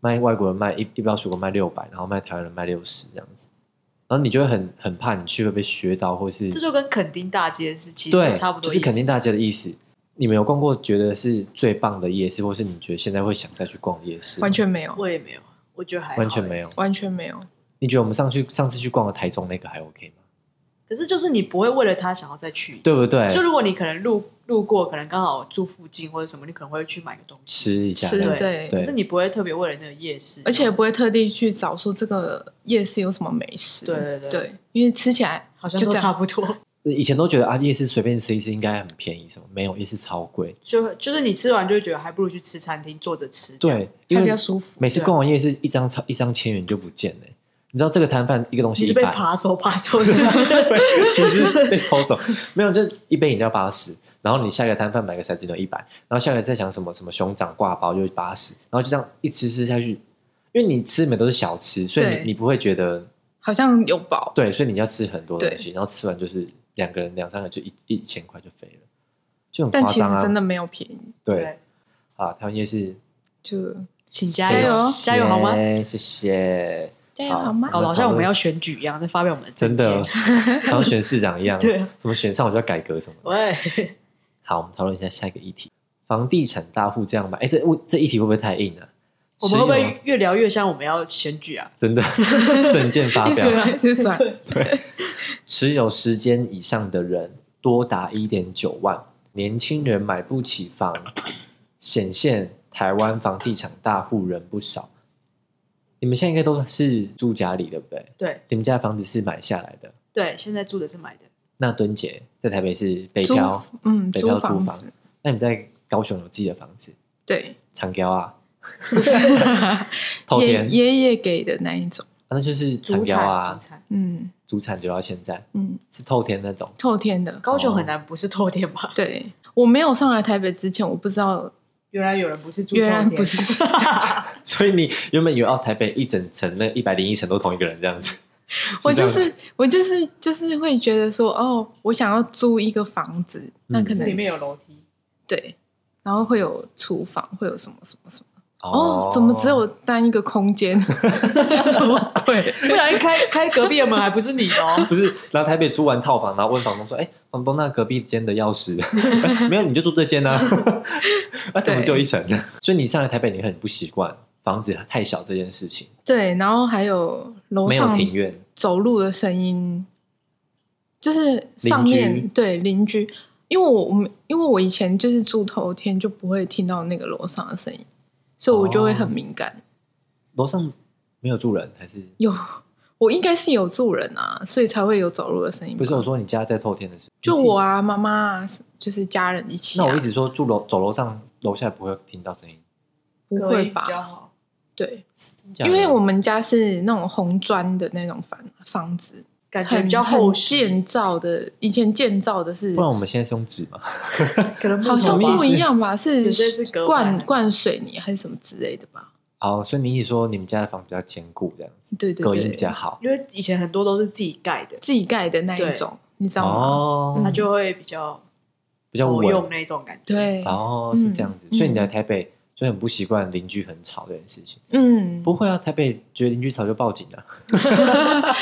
Speaker 2: 卖外国人卖一一包水果卖六百，然后卖台湾人卖六十这样子，然后你就会很很怕你去会被学到，或是
Speaker 1: 这就跟垦丁大街是其
Speaker 2: 对，
Speaker 1: 实差不多
Speaker 2: 就
Speaker 1: 意思，
Speaker 2: 是肯定大家的意思。你们有逛过觉得是最棒的夜市，或是你觉得现在会想再去逛的夜市吗？
Speaker 3: 完全没有，
Speaker 1: 我也没有，我觉得还好
Speaker 2: 完全没。有。
Speaker 3: 完全没有，
Speaker 2: 你觉得我们上去上次去逛的台中那个还 OK 吗？
Speaker 1: 可是就是你不会为了他想要再去一次，
Speaker 2: 对不对？
Speaker 1: 就如果你可能路路过，可能刚好住附近或者什么，你可能会去买个东西。
Speaker 2: 吃一下，
Speaker 3: 吃
Speaker 2: 对
Speaker 3: 对
Speaker 1: 可是你不会特别为了那个夜市，
Speaker 3: 而且也不会特地去找说这个夜市有什么美食，
Speaker 1: 对对对
Speaker 3: 因为吃起来
Speaker 1: 好像
Speaker 3: 就
Speaker 1: 都
Speaker 3: 这样
Speaker 1: 差不多。
Speaker 2: 以前都觉得啊，夜市随便吃一次应该很便宜，什么没有，夜市超贵。
Speaker 1: 就就是你吃完就会觉得还不如去吃餐厅坐着吃。，
Speaker 2: 对，因
Speaker 3: 还比较
Speaker 2: 为
Speaker 3: 舒服，啊
Speaker 1: 啊
Speaker 2: 每次逛完夜市，一张超一张千元就不见了、欸你知道这个摊贩一个东西
Speaker 1: 你
Speaker 2: 一
Speaker 1: 是被
Speaker 2: 百，
Speaker 1: 扒手扒走是不是？
Speaker 2: 对，其实被偷走， 没有，就一杯饮料八十，然后你下一个摊贩买个骰子牛一百，然后下一个再想什么什么熊掌挂包就八十，然后就这样一吃吃下去，因为你吃的都是小吃，所以
Speaker 3: 对
Speaker 2: 你你不会觉得
Speaker 3: 好像有饱，
Speaker 2: 对，所以你要吃很多东西，然后吃完就是两个人两三个就一一千块就飞了，就很
Speaker 3: 但
Speaker 2: 夸
Speaker 3: 其实
Speaker 2: 张啊，
Speaker 3: 真的没有便宜，
Speaker 2: 对，啊，他们也是
Speaker 3: 就
Speaker 1: 请加油哦加
Speaker 3: 加油，
Speaker 1: 油好吗？
Speaker 2: 谢谢，
Speaker 3: 加油好吗？
Speaker 1: 搞得好像我们要选举一样，在发表我们的
Speaker 2: 真
Speaker 1: 政见
Speaker 2: 的，好像选市长一样，
Speaker 1: 对
Speaker 2: 什么选上我就要改革什么的。
Speaker 1: 喂，
Speaker 2: 好，我们讨论一下下一个议题：房地产大户这样买。哎，这问这议题会不会太硬了、啊？
Speaker 1: 我们会不
Speaker 2: 持有
Speaker 1: 会越聊越像我们要选举啊？
Speaker 2: 真的证件发
Speaker 3: 一直
Speaker 2: 表？
Speaker 3: 转一直转，
Speaker 2: 持有时间以上的人多达一点九万，年轻人买不起房，显现台湾房地产大户人不少。你们现在应该都是住家里，对不对？
Speaker 1: 对
Speaker 2: 你们家的房子是买下来的。
Speaker 1: 对，现在住的是买的，
Speaker 2: 那敦姐在台北是北
Speaker 3: 租
Speaker 2: 漂，
Speaker 3: 嗯
Speaker 2: 北漂
Speaker 3: 租
Speaker 2: 租
Speaker 3: 房
Speaker 2: 房
Speaker 3: 子，
Speaker 2: 那你在高雄有自己的房子，
Speaker 3: 对，
Speaker 2: 长条啊，
Speaker 3: 不是
Speaker 2: 透
Speaker 3: 爷
Speaker 2: 天，
Speaker 3: 爷爷给的那一种，
Speaker 2: 啊那就是长
Speaker 1: 主
Speaker 2: 条
Speaker 1: 产
Speaker 2: 啊
Speaker 1: 主，产。
Speaker 3: 嗯
Speaker 2: 主产留到现在，
Speaker 3: 嗯，
Speaker 2: 是透天那种。
Speaker 3: 透天的，
Speaker 1: 高雄很难不是透天
Speaker 2: 哦
Speaker 1: 吧？
Speaker 3: 对我没有上来台北之前，我不知道
Speaker 1: 原来有人不是住透天，
Speaker 3: 原来不是
Speaker 2: 所以你原本以为哦，台北一整层那一百零一层都同一个人这样子，
Speaker 3: 我
Speaker 2: 这
Speaker 3: 就
Speaker 2: 样子
Speaker 3: 是我就是就是会觉得说，哦，我想要租一个房子，
Speaker 2: 嗯
Speaker 3: 那可
Speaker 1: 是
Speaker 3: 能、
Speaker 1: 里面有楼梯。
Speaker 3: 对，然后会有厨房，会有什么什么什么，
Speaker 2: 哦。
Speaker 3: 哦，怎么只有单一个空间？ 就什么鬼？
Speaker 1: 不然开开隔壁的门还不是你的哦
Speaker 2: 不是来台北租完套房，然后问房东说，哎，房东那隔壁间的钥匙 没有，你就住这 间啊？啊，怎么只有一层呢？ 所以你上来台北，你很不习惯房子太小这件事情，
Speaker 3: 对，然后还有楼
Speaker 2: 没有
Speaker 3: 上
Speaker 2: 庭院，
Speaker 3: 走路的声音，就是上面
Speaker 2: 邻居
Speaker 3: 对邻居，因为我我们因为我以前就是住头天就不会听到那个楼上的声音，所以我就会很敏感。
Speaker 2: 楼上没有住人还是？
Speaker 3: 有我应该是有住人啊，所以才会有走路的声音吧。
Speaker 2: 不是我说你家在透天的时候，
Speaker 3: 就
Speaker 2: 你自己
Speaker 3: 我。啊，妈妈啊，就是家人一起、啊。
Speaker 2: 那我一直说住楼走楼上楼下不会听到声音，
Speaker 3: 不
Speaker 1: 隔
Speaker 3: 会
Speaker 1: 音比较
Speaker 3: 吧？
Speaker 1: 好。
Speaker 3: 对，
Speaker 2: 真假的
Speaker 3: 因为我们家是那种红砖的那种房房子，
Speaker 1: 感觉
Speaker 3: 很
Speaker 1: 比较
Speaker 3: 很
Speaker 1: 厚实，
Speaker 3: 建造的。以前建造的是
Speaker 2: 不然我们现在是用纸嘛，
Speaker 1: 可能
Speaker 3: 好像
Speaker 2: 什么意
Speaker 3: 不
Speaker 2: 思
Speaker 3: 一样吧？
Speaker 1: 有
Speaker 3: 是
Speaker 1: 些是隔板
Speaker 3: 灌灌水泥还是什么之类的吧？
Speaker 2: 好，哦所以你一直说你们家的房比较坚固，这样子
Speaker 3: 对对
Speaker 2: 隔音比
Speaker 3: 对，
Speaker 2: 较好
Speaker 1: 因为以前很多都是自己盖的，
Speaker 3: 自己盖的那一种，你知道吗？
Speaker 2: 哦
Speaker 3: 嗯
Speaker 1: 它，就会比较
Speaker 2: 比较
Speaker 1: 好用
Speaker 2: 稳
Speaker 1: 那种感觉。，
Speaker 3: 对，
Speaker 2: 哦，是这样子，
Speaker 3: 嗯
Speaker 2: 所以你在台北就很不习惯邻居很吵这件事情。
Speaker 3: 嗯，
Speaker 2: 不会啊，台北觉得邻居吵就报警啊，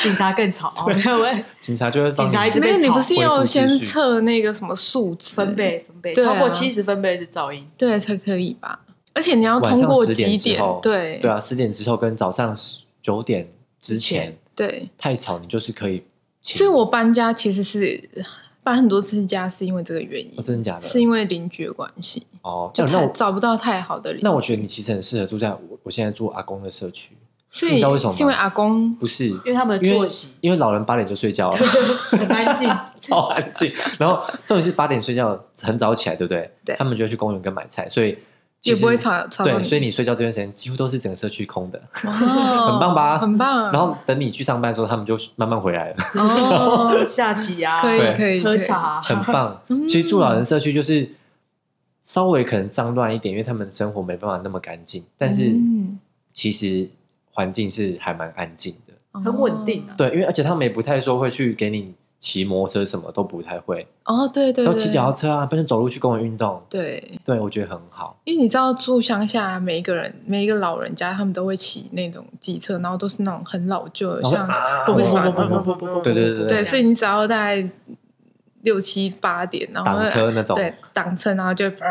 Speaker 1: 警察更吵，哦没有喂，
Speaker 2: 警察就会帮
Speaker 1: 警察一直
Speaker 2: 你
Speaker 1: 被
Speaker 3: 没有，你不是要
Speaker 2: 恢
Speaker 3: 先
Speaker 2: 复秩序
Speaker 3: 测那个什么数值
Speaker 1: 分贝分贝
Speaker 3: 对啊
Speaker 1: 超过七十分贝是噪音，
Speaker 3: 对才可以吧？而且你要
Speaker 2: 晚
Speaker 3: 通
Speaker 2: 上
Speaker 3: 过
Speaker 2: 10点
Speaker 3: 几
Speaker 2: 之后
Speaker 3: 对
Speaker 2: 对啊，十点之后跟早上九点之前
Speaker 3: 对，
Speaker 2: 太吵，你就是可以请。
Speaker 3: 所以我搬家其实是搬很多次家是因为这个原因，
Speaker 2: 哦真的假的
Speaker 3: 是因为邻居的关系，
Speaker 2: 哦，
Speaker 3: 就
Speaker 2: 那那
Speaker 3: 太
Speaker 2: 我
Speaker 3: 找不到太好的邻居。
Speaker 2: 那我觉得你其实很适合住在我我现在住阿公的社区，
Speaker 3: 所
Speaker 2: 你
Speaker 3: 以
Speaker 2: 知道为什么吗
Speaker 3: 是因为阿公
Speaker 2: 不是因
Speaker 1: 因为他们的
Speaker 2: 因为
Speaker 1: 作息
Speaker 2: 因为老人八点就睡觉 了，
Speaker 1: 很安静。
Speaker 2: 超安静。然后重点是八点睡觉，很早起来，对不对？
Speaker 3: 对
Speaker 2: 他们就会去公园跟买菜，所以其
Speaker 3: 也
Speaker 2: 实
Speaker 3: 不会吵吵到
Speaker 2: 对，所以你睡觉这段时间几乎都是整个社区空的。
Speaker 3: 哇很
Speaker 2: 棒吧
Speaker 3: 很棒。
Speaker 2: 然后等你去上班的时候，他们就慢慢回来了，
Speaker 3: 哦，
Speaker 1: 下棋啊，
Speaker 3: 可以
Speaker 2: 对
Speaker 3: 可以
Speaker 1: 喝
Speaker 3: 可以
Speaker 1: 茶啊，
Speaker 2: 很棒。
Speaker 3: 嗯
Speaker 2: 其实住老人社区就是稍微可能脏乱一点，因为他们生活没办法那么干净，但是
Speaker 3: 嗯
Speaker 2: 其实环境是还蛮安静的。
Speaker 1: 很稳定啊。
Speaker 2: 对，因为而且他们也不太说会去给你骑摩托车，什么都不太会，
Speaker 3: 哦，对对
Speaker 2: 都
Speaker 3: 对，
Speaker 2: 骑脚踏车啊，不然就走路去公园运动。
Speaker 3: 对，
Speaker 2: 对，我觉得很好。
Speaker 3: 因为你知道住乡下，每一个人每一个老人家，他们都会骑那种机车，然后都是那种很老旧的，
Speaker 2: 然后
Speaker 3: 像
Speaker 2: 啊
Speaker 1: 不
Speaker 3: 为
Speaker 1: 不不
Speaker 3: 什么
Speaker 1: 不不不不不，
Speaker 2: 对对对
Speaker 3: 对，所以
Speaker 1: 以
Speaker 3: 你只要大概六七八点，然后
Speaker 2: 挡车那种，
Speaker 3: 对挡车，然后就啪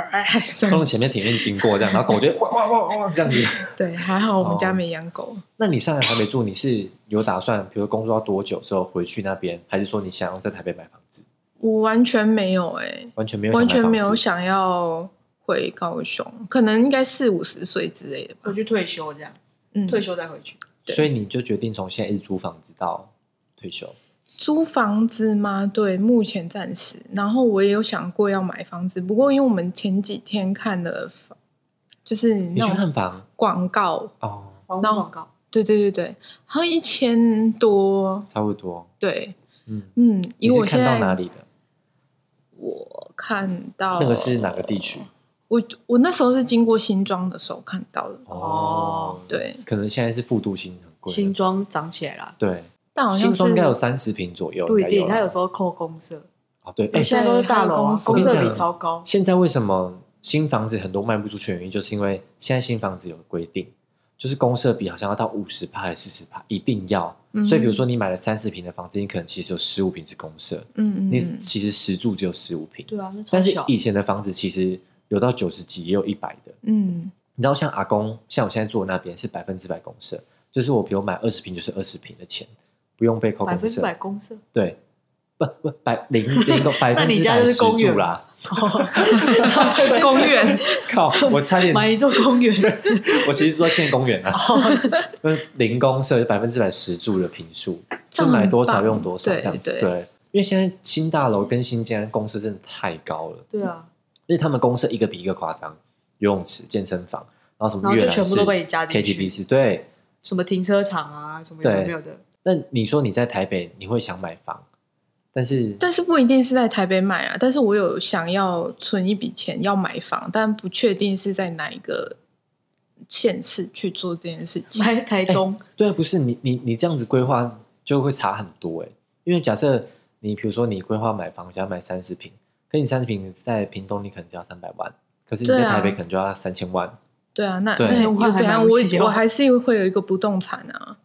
Speaker 3: 这
Speaker 2: 从
Speaker 3: 样
Speaker 2: 前面铁面经过这样，然后狗就会哇哇哇哇这样子。
Speaker 3: 对，还好我
Speaker 2: 哦
Speaker 3: 们家没养狗，
Speaker 2: 那你上来台北住，你是有打算，比如工作到多久之后回去那边，还是说你想要在台北买房子？
Speaker 3: 我完全没有哎、
Speaker 2: 完全没有，
Speaker 3: 完全没有。想要回高雄，可能应该四五十岁之类的吧
Speaker 1: 我。去退休这样，
Speaker 3: 嗯，
Speaker 1: 退休再回去。
Speaker 3: 对
Speaker 2: 所以你就决定从现在一直租房子到退休。
Speaker 3: 租房子吗？对，目前暂时。然后我也有想过要买房子，不过因为我们前几天看了房，就是
Speaker 2: 你
Speaker 3: 那
Speaker 2: 去看
Speaker 3: 种
Speaker 2: 房
Speaker 3: 广告，
Speaker 2: 哦，
Speaker 1: 房屋
Speaker 3: 然后
Speaker 1: 广告
Speaker 3: 对对对对，好像一千多，
Speaker 2: 差不多。
Speaker 3: 对，
Speaker 2: 嗯，
Speaker 3: 嗯，
Speaker 2: 你
Speaker 3: 以
Speaker 2: 是
Speaker 3: 我现
Speaker 2: 看到
Speaker 3: 在
Speaker 2: 哪里的？
Speaker 3: 我看到
Speaker 2: 那个是哪个地区？？
Speaker 3: 我我那时候是经过新庄的时候看到的，
Speaker 2: 哦
Speaker 1: 哦，
Speaker 3: 对，
Speaker 2: 可能现在是复读新很贵了，
Speaker 1: 新庄涨起来了，
Speaker 2: 对，
Speaker 3: 但好像
Speaker 2: 新庄应该有
Speaker 3: 是
Speaker 2: 三十平左右，
Speaker 1: 不一
Speaker 2: 应
Speaker 1: 定，它
Speaker 2: 该有
Speaker 1: 有
Speaker 2: 了
Speaker 1: 时候扣公社，
Speaker 2: 哦，对，
Speaker 1: 因
Speaker 2: 哎
Speaker 1: 为，现在都是大楼啊，
Speaker 3: 还有
Speaker 1: 公
Speaker 3: 公
Speaker 2: 社
Speaker 1: 社比超高，
Speaker 2: 现在为什么新房子很多卖不出去？原因就是因为现在新房子有规定，就是公设比好像要到五十趴还是四十趴，一定要。
Speaker 3: 嗯
Speaker 2: 所以比如说你买了三十平的房子，你可能其实有十五平是公设，
Speaker 3: 嗯嗯
Speaker 2: 你
Speaker 3: 嗯
Speaker 2: 其实实住只有十五平，
Speaker 1: 对啊，那超
Speaker 2: 但是
Speaker 1: 小。
Speaker 2: 以前的房子其实有到九十几，也有一百的。
Speaker 3: 嗯
Speaker 2: 你知道像阿公，像我现在住的那边是百分之百公社，就是我比如买二十平就是二十平的钱，不用被扣
Speaker 1: 百
Speaker 2: 公
Speaker 1: 分之
Speaker 2: 社。
Speaker 1: 百公社，
Speaker 2: 对，不不百零零个百
Speaker 1: 那
Speaker 2: 分
Speaker 1: 你
Speaker 2: 之
Speaker 1: 家
Speaker 2: 百
Speaker 1: 就是
Speaker 2: 十
Speaker 1: 公
Speaker 2: 住
Speaker 1: 园
Speaker 2: 啦。
Speaker 3: 公园
Speaker 2: 靠，我差点，
Speaker 1: 买一座公园，
Speaker 2: 我其实住在县公园啊，
Speaker 1: 哦
Speaker 2: 就是零公社百分之百十住的平数， 就
Speaker 3: 这样
Speaker 2: 买
Speaker 3: 很
Speaker 2: 多少
Speaker 3: 棒
Speaker 2: 用多少这
Speaker 3: 对
Speaker 2: 样子。
Speaker 3: 对
Speaker 2: 对，因为现在新大楼跟新建公司真的太高了，
Speaker 1: 对啊，
Speaker 2: 因为他们公社一个比一个夸张，游泳池、健身房，然后什
Speaker 1: 然
Speaker 2: 么
Speaker 1: 后
Speaker 2: 阅
Speaker 1: 就
Speaker 2: 览室、
Speaker 1: 全部都被你加进
Speaker 2: KTV
Speaker 1: 去，
Speaker 2: 室，对。
Speaker 1: 什么停车场啊，什么有
Speaker 2: 对
Speaker 1: 的没有的，
Speaker 2: 那你说你在台北，你会想买房，但是
Speaker 3: 但是不一定是在台北买啊，但是我有想要存一笔钱要买房，但不确定是在哪一个县市去做这件事情。
Speaker 1: 买台东，
Speaker 2: 对啊，不是你你你这样子规划就会差很多哎、因为假设你比如说你规划买房想要买三十平，可你三十平在屏东你可能就要三百万，可是你在
Speaker 3: 对啊
Speaker 2: 台北可能就要三千万，
Speaker 3: 对啊，那
Speaker 2: 对
Speaker 3: 那又怎样？
Speaker 1: 还蛮无聊
Speaker 3: 我我还是会有一个不动产啊。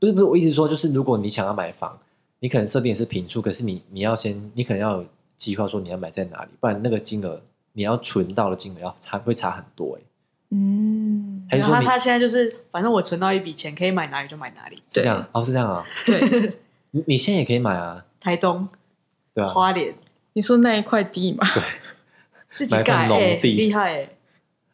Speaker 2: 不是不是，我一直说就是如果你想要买房，你可能设定的是平数，可是你你要先你可能要有计划说你要买在哪里，不然那个金额你要存到的金额要差会差很多哎、
Speaker 3: 嗯，
Speaker 2: 还是
Speaker 1: 然
Speaker 2: 说
Speaker 1: 后
Speaker 2: 你
Speaker 1: 他现在就是，反正我存到一笔钱，可以买哪里就买哪里，
Speaker 2: 是
Speaker 3: 对
Speaker 2: 这样哦是这样啊，
Speaker 3: 对，
Speaker 2: 你你现在也可以买啊，
Speaker 1: 台东、
Speaker 2: 对吧、
Speaker 1: 花莲，
Speaker 3: 你说那一块地嘛，
Speaker 1: 自己
Speaker 2: 买份
Speaker 1: 盖，
Speaker 2: 农
Speaker 1: 哎，
Speaker 2: 地
Speaker 1: 厉害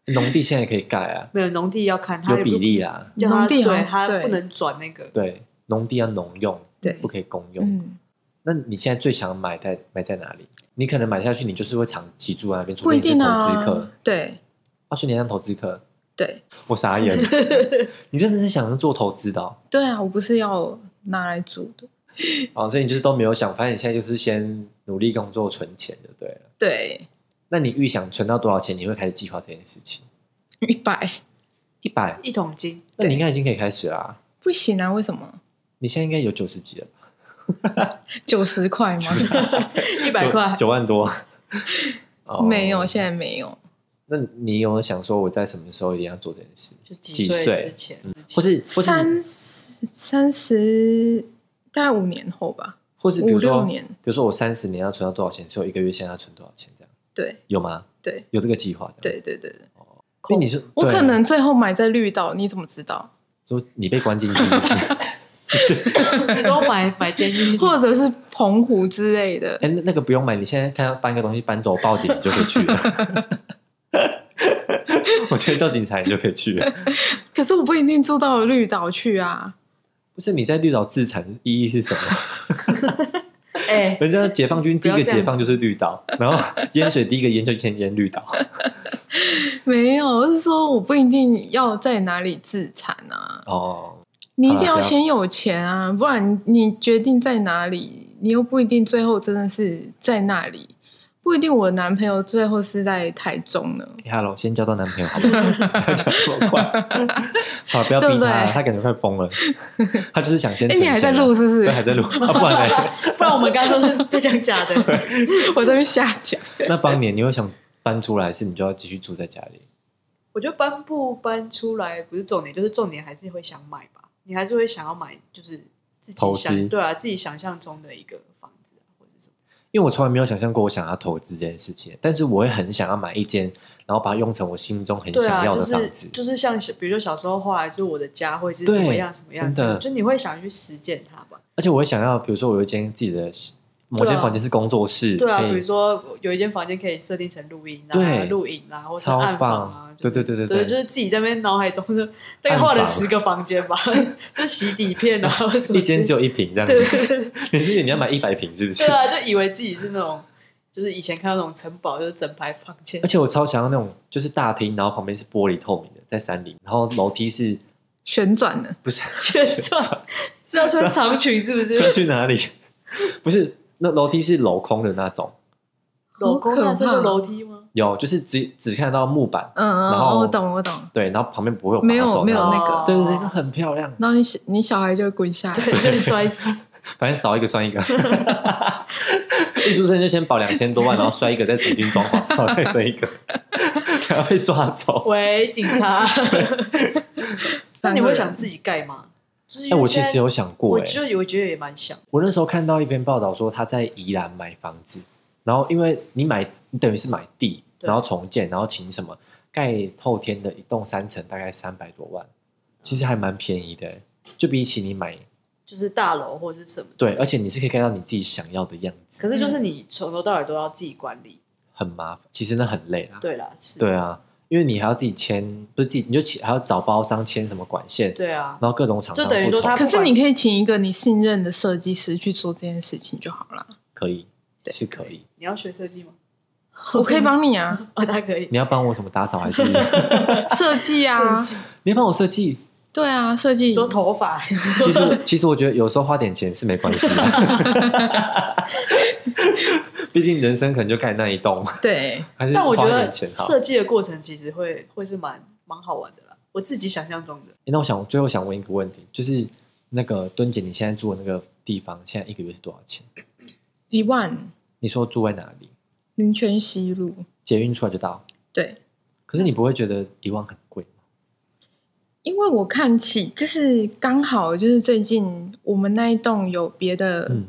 Speaker 1: 哎，
Speaker 2: 农地现在可以盖啊，
Speaker 1: 没有农地要看它
Speaker 2: 有比，例啦，
Speaker 1: 要它
Speaker 3: 农地好
Speaker 1: 对
Speaker 3: 像
Speaker 1: 它
Speaker 3: 对
Speaker 1: 不能转那个，
Speaker 2: 对，农地要农用，
Speaker 3: 对
Speaker 2: 不可以公用。
Speaker 3: 嗯，
Speaker 2: 那你现在最想买在买在哪里？你可能买下去，你就是会长期住在那边，除
Speaker 3: 不
Speaker 2: 非
Speaker 3: 一
Speaker 2: 你是
Speaker 3: 定
Speaker 2: 投资客
Speaker 3: 啊。，对
Speaker 2: 啊，所以你还当投资客，
Speaker 3: 对
Speaker 2: 我傻眼。 你真的是想做投资的哦
Speaker 3: 对啊，我不是要拿来住的，
Speaker 2: 哦，所以你就是都没有想，反正你现在就是先努力工作存钱就对了。
Speaker 3: 对，
Speaker 2: 那你预想存到多少钱，你会开始计划这件事情？
Speaker 3: 一百
Speaker 2: 一百，
Speaker 1: 一桶金，
Speaker 2: 那你
Speaker 3: 对
Speaker 2: 应该已经可以开始啦、啊。
Speaker 3: 不行啊，为什么？
Speaker 2: 你现在应该有九十几了吧，
Speaker 3: 九十块吗？
Speaker 1: 一百块，
Speaker 2: 九万多。哦
Speaker 3: 没有，现在没有。
Speaker 2: 那你有想说我在什么时候一定要做这件事，
Speaker 1: 就
Speaker 2: 几
Speaker 1: 几
Speaker 2: 岁嗯
Speaker 1: 岁之前，
Speaker 2: 或是或是
Speaker 3: 三十三十，大概五年后吧，
Speaker 2: 或是比
Speaker 3: 五
Speaker 2: 如说
Speaker 3: 六，年，
Speaker 2: 比如说我三十年要存到多少钱，所以我一个月现在要存多少钱，这样
Speaker 3: 对
Speaker 2: 有吗？
Speaker 3: 对
Speaker 2: 有这个计划？，
Speaker 3: 对对对对。
Speaker 2: 所以你是
Speaker 3: 我
Speaker 2: 对啊
Speaker 3: 可能最后买在绿岛，你怎么知道？
Speaker 2: 说你被关进去是不 哎是，
Speaker 1: 你说买买监 狱，
Speaker 3: 或者是澎湖之类的
Speaker 2: 哎、，那那个不用买，你现在看要搬个东西搬走，报警你就可以去了。 我直接叫警察，你就可以去了。
Speaker 3: 可是我不一定住到绿岛去啊。
Speaker 2: 不是你在绿岛自残意义是什么？
Speaker 1: 哎，
Speaker 2: 人家解放军第一
Speaker 1: 不
Speaker 2: 个
Speaker 1: 要这样
Speaker 2: 解放就是绿岛，然后淹水第一个淹就先淹绿岛。
Speaker 3: 没有，我是说我不一定要在哪里自产啊。
Speaker 2: 哦，
Speaker 3: 你一定
Speaker 2: 好啦不要
Speaker 3: 要先有钱啊，不然你决定在哪里，你又不一定最后真的是在那里。不一定，我男朋友最后是在台中呢。
Speaker 2: 哈喽，先交到男 朋友好不好？不要讲那么快，好，不要逼
Speaker 3: 对不
Speaker 2: 他，
Speaker 3: 对
Speaker 2: 他感觉快 疯了。他就是想先
Speaker 3: 哎、
Speaker 2: 存
Speaker 3: 你
Speaker 2: 钱啊。
Speaker 3: 还在录是不
Speaker 2: 对，
Speaker 3: 是？
Speaker 2: 还在录，啊不 然呢？
Speaker 1: 不然我们刚刚都是在讲假 的，
Speaker 3: 我在那边瞎讲。
Speaker 2: 那帮年你会想搬出来，是你就要继续住在家里？
Speaker 1: 我觉得搬不搬出来不是重点，就是重点还是会想买吧，你还是会想要买，就是自
Speaker 2: 投
Speaker 1: 己
Speaker 2: 资
Speaker 1: 想对啊，自己想象中的一个房子啊，或者什么。
Speaker 2: 因为我从来没有想象过我想要投资这件事情，但是我会很想要买一间，然后把它用成我心中很
Speaker 1: 对
Speaker 2: 想
Speaker 1: 啊，
Speaker 2: 要
Speaker 1: 就
Speaker 2: 的房
Speaker 1: 是
Speaker 2: 子。
Speaker 1: 就是像小比如说小时候画来，就是我的家会是什么样什么样，
Speaker 2: 真的
Speaker 1: 就你会想去实践它吧？
Speaker 2: 而且我会想要，比如说我有一间自己的某间房间是工作室，
Speaker 1: 啊对啊，
Speaker 2: 可以
Speaker 1: 比如说有一间房间可以设定成录音啊
Speaker 2: 对、
Speaker 1: 录影啊，或是
Speaker 2: 超
Speaker 1: 暗房
Speaker 2: 棒
Speaker 1: 啊，就是
Speaker 2: 对对对对
Speaker 1: 对
Speaker 2: 对
Speaker 1: 就是自己在那边脑海中就大概
Speaker 2: 暗
Speaker 1: 画了
Speaker 2: 房
Speaker 1: 十个房间 吧，就洗底片啊，或什么
Speaker 2: 一间只
Speaker 1: 之类
Speaker 2: 有一平这样
Speaker 1: 的
Speaker 2: 子。
Speaker 1: 对对对对。
Speaker 2: 你是以为你要买一百平是不是
Speaker 1: 对？啊，就以为自己是那种，就是以前看到那种城堡，就是整排房间
Speaker 2: 而，且我超想要那种，就是大厅，然后旁边是玻璃透明的，在山里，然后楼梯是
Speaker 3: 旋转的，
Speaker 2: 不是啊
Speaker 1: 全 场是要穿长裙是不
Speaker 2: 是要啊
Speaker 1: 是？
Speaker 2: 去哪里？ 不是，那楼梯是镂空的那种，
Speaker 1: 镂空那
Speaker 3: 好可
Speaker 1: 啊是
Speaker 3: 怕
Speaker 1: 个楼梯吗？
Speaker 2: 有就是只只看到木板，
Speaker 3: 嗯嗯
Speaker 2: 然后
Speaker 3: 嗯，我懂我懂。
Speaker 2: 对，然后旁边不会有
Speaker 3: 没有
Speaker 2: 把手
Speaker 3: 没有
Speaker 2: 然后
Speaker 3: 那个
Speaker 2: 对对对，那很漂亮。
Speaker 3: 然后你小你小孩就会滚下
Speaker 2: 啊
Speaker 3: 来，
Speaker 1: 对，就是摔 死。
Speaker 2: 反正少一个算一 个，艺术生就先保两千多万，然后摔一个，再重新装潢，然后再生一个， 然后被抓走。
Speaker 1: 喂，警察！那你
Speaker 3: 三个
Speaker 1: 会
Speaker 3: 人
Speaker 1: 想自己盖吗？就是因
Speaker 2: 哎、
Speaker 1: 为
Speaker 2: 我其
Speaker 1: 现在
Speaker 2: 实有想过、
Speaker 1: 我
Speaker 2: 哎，
Speaker 1: 觉得我觉得也蛮想，
Speaker 2: 我那时候看到一篇报道说他在宜兰买房子，然后因为你买，你等于是买地，
Speaker 1: 对
Speaker 2: 然后重建，然后请什么盖透天的一栋三层，大概三百多万，其实还蛮便宜的、哎就比起你买，
Speaker 1: 就是大楼或者是什么。
Speaker 2: 对，，而且嗯你是可以盖到你自己想要的样子，
Speaker 1: 可是就是你从头到尾都要自己管理。
Speaker 2: 很麻烦，其实那很累啊。
Speaker 1: 对啦，是。
Speaker 2: 对啊，因为你还要自己签，不是自己，你就签还要找包商签什么管线，
Speaker 1: 对啊，
Speaker 2: 然后各种厂商
Speaker 1: 就等于
Speaker 2: 不
Speaker 1: 说
Speaker 2: 同
Speaker 1: 他
Speaker 3: 可是你可以请一个你信任的设计师去做这件事情就好 了。
Speaker 2: 可以
Speaker 3: 对
Speaker 2: 是可以，
Speaker 1: 你要学设计吗？
Speaker 3: 我可以帮你啊，
Speaker 1: 哦，他可以
Speaker 2: 你要帮我什么打扫还是
Speaker 3: 设计啊
Speaker 1: 设，计，
Speaker 2: 你要帮我设计？
Speaker 3: 对啊，设计。
Speaker 1: 说头发还是说
Speaker 2: 其实其实我 觉得有时候花点钱是没关系的，毕竟人生可能就盖那一栋，
Speaker 3: 对，
Speaker 2: 还是
Speaker 1: 但我
Speaker 2: 花
Speaker 1: 觉
Speaker 2: 点
Speaker 1: 得
Speaker 2: 钱好。
Speaker 1: 设计的过程其实会会是蛮蛮好玩的啦，我自己想象中的。
Speaker 2: 诶那我想最后想问一个问题，就是那个敦姐，你现在住的那个地方，现在一个月是多少钱？
Speaker 3: 一万
Speaker 2: 你说住在哪里？
Speaker 3: 民权西路，
Speaker 2: 捷运出来就到，
Speaker 3: 对，
Speaker 2: 可是你不会觉得一万很贵吗？
Speaker 3: 因为我看起就是刚好就是最近我们那一栋有别的、
Speaker 2: 嗯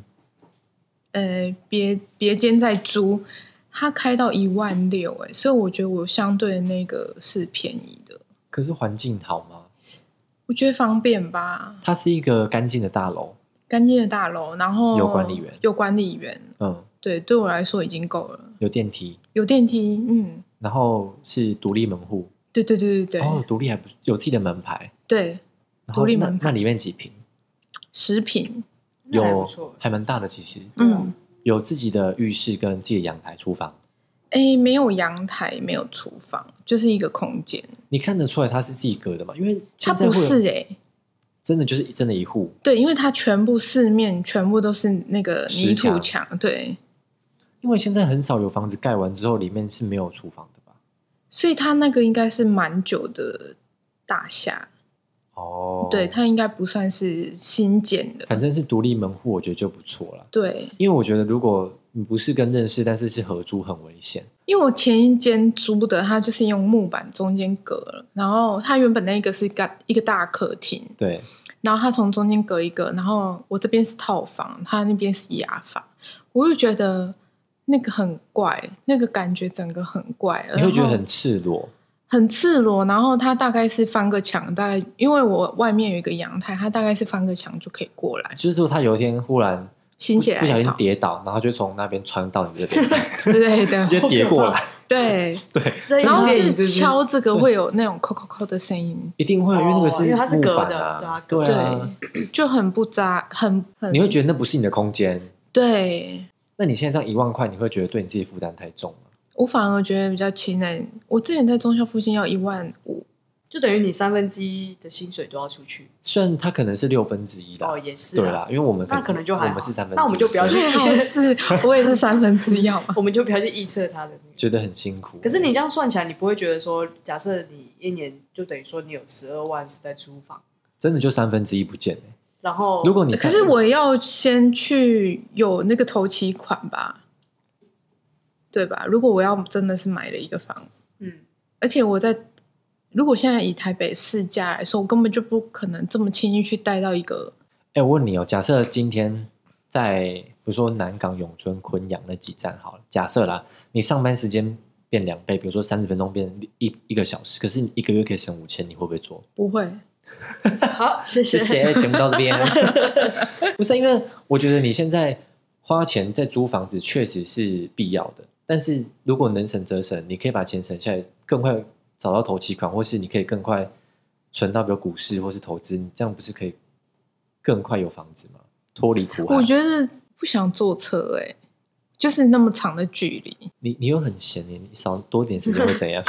Speaker 3: 呃别别间在租，它开到一万六哎，所以我觉得我相对的那个是便宜的，
Speaker 2: 可是环境好吗？
Speaker 3: 我觉得方便吧，
Speaker 2: 它是一个干净的大楼，
Speaker 3: 干净的大楼，然后
Speaker 2: 有管理员
Speaker 3: 有管理员，
Speaker 2: 嗯，
Speaker 3: 对，对我来说已经够了。
Speaker 2: 有电梯，
Speaker 3: 有电梯，嗯，
Speaker 2: 然后是独立门户，
Speaker 3: 对对对对对、
Speaker 2: 哦，独立还不有自己的门牌，
Speaker 3: 对，
Speaker 2: 然后
Speaker 3: 独立
Speaker 2: 那
Speaker 3: 门牌
Speaker 2: 那里面几平？
Speaker 3: 食品，
Speaker 1: 那还不
Speaker 2: 有
Speaker 1: 错，
Speaker 2: 还蛮大的，其实
Speaker 1: 对啊
Speaker 3: 嗯，
Speaker 2: 有自己的浴室跟自己的阳台、厨房。
Speaker 3: 哎，没有阳台，没有厨房，就是一个空间。
Speaker 2: 你看得出来它是自己隔的嘛？因为
Speaker 3: 它
Speaker 2: 现在
Speaker 3: 不
Speaker 2: 会有
Speaker 3: 是哎、
Speaker 2: 真的就是真的一户，
Speaker 3: 对，因为它全部四面全部都是那个
Speaker 2: 石
Speaker 3: 泥土
Speaker 2: 墙
Speaker 3: 墙，对，
Speaker 2: 因为现在很少有房子盖完之后里面是没有厨房的吧？
Speaker 3: 所以它那个应该是蛮久的大厦，
Speaker 2: 哦，
Speaker 3: 对，它应该不算是新建的，
Speaker 2: 反正是独立门户，我觉得就不错了。
Speaker 3: 对，
Speaker 2: 因为我觉得如果你不是跟认识，但是是合租，很危险。
Speaker 3: 因为我前一间租的，它就是用木板中间隔了，然后它原本那一个是一个一个大客厅，
Speaker 2: 对，
Speaker 3: 然后它从中间隔一个，然后我这边是套房，它那边是雅房，我就觉得那个很怪，那个感觉整个很怪，
Speaker 1: 嗯
Speaker 2: 你会觉得
Speaker 3: 然后
Speaker 2: 很赤裸，
Speaker 3: 很赤裸，然后它大概是翻个墙，大概因为我外面有一个阳台，它大概是翻个墙就可以过来，
Speaker 2: 就是说他有一天忽然
Speaker 3: 心血
Speaker 2: 不小
Speaker 3: 来
Speaker 2: 心
Speaker 3: 潮
Speaker 2: 跌倒，然后就从那边穿到你这边，
Speaker 3: 之类的
Speaker 2: 直，接跌过来。
Speaker 3: 对，
Speaker 2: 对，
Speaker 1: 啊所以
Speaker 3: 然后
Speaker 1: 电影
Speaker 3: 是
Speaker 1: 不
Speaker 3: 敲这个
Speaker 2: 对
Speaker 3: 会有那种扣扣扣的声音，
Speaker 2: 一定会，因为那个
Speaker 1: 哦因为它是
Speaker 2: 木
Speaker 1: 隔
Speaker 2: 板
Speaker 1: 的对
Speaker 2: 啊
Speaker 1: 啊，
Speaker 2: 对
Speaker 1: 隔
Speaker 2: 啊，
Speaker 3: 就很不扎，很
Speaker 1: 嗯
Speaker 3: 很，
Speaker 2: 你会觉得那不是你的空间。
Speaker 3: 对
Speaker 2: 那你现在这样一万块，你会觉得对你自己负担太重吗？
Speaker 3: 我反而觉得比较气馁。我之前在中校附近要一万五，
Speaker 1: 就等于你三分之一的薪水都要出去。
Speaker 2: 虽然它可能是六分之一啦，
Speaker 1: 哦，也是啊
Speaker 2: 对啦，因为我们
Speaker 1: 那可能就还好
Speaker 2: 我们是三分之一，
Speaker 1: 那我们就不要
Speaker 2: 所以
Speaker 1: 去
Speaker 3: 最好 是我也是三分之一，好吗？
Speaker 1: 我们就不要去臆测他的那个。
Speaker 2: 觉得很辛苦。
Speaker 1: 可是你这样算起来，你不会觉得说，假设你一年就等于说你有十二万是在租房，
Speaker 2: 真的就三分之一不见了。
Speaker 1: 然后
Speaker 2: 如果你
Speaker 3: 可是我要先去有那个头期款吧，对吧？如果我要真的是买了一个房，
Speaker 1: 嗯，
Speaker 3: 而且我在如果现在以台北市价来说，我根本就不可能这么轻易去贷到一个
Speaker 2: 哎、我问你哦，假设今天在比如说南港、永春、昆阳那几站好了，假设啦，你上班时间变两倍，比如说三十分钟变一一个小时，可是你一个月可以省五千，你会不会做？
Speaker 3: 不会。
Speaker 1: 好，谢
Speaker 2: 谢
Speaker 1: 谢。
Speaker 2: 谢，节目到 这边。不是因为我觉得你现在花钱在租房子确实是必要的，但是如果能省则省，你可以把钱省下来，更快找到投期款，或是你可以更快存到比如股市或是投资，你这样不是可以更快有房子吗？脱离苦海。
Speaker 3: 我觉得不想坐车、哎，就是那么长的距离。
Speaker 2: 你你又很闲耶，你少多点时间会怎样？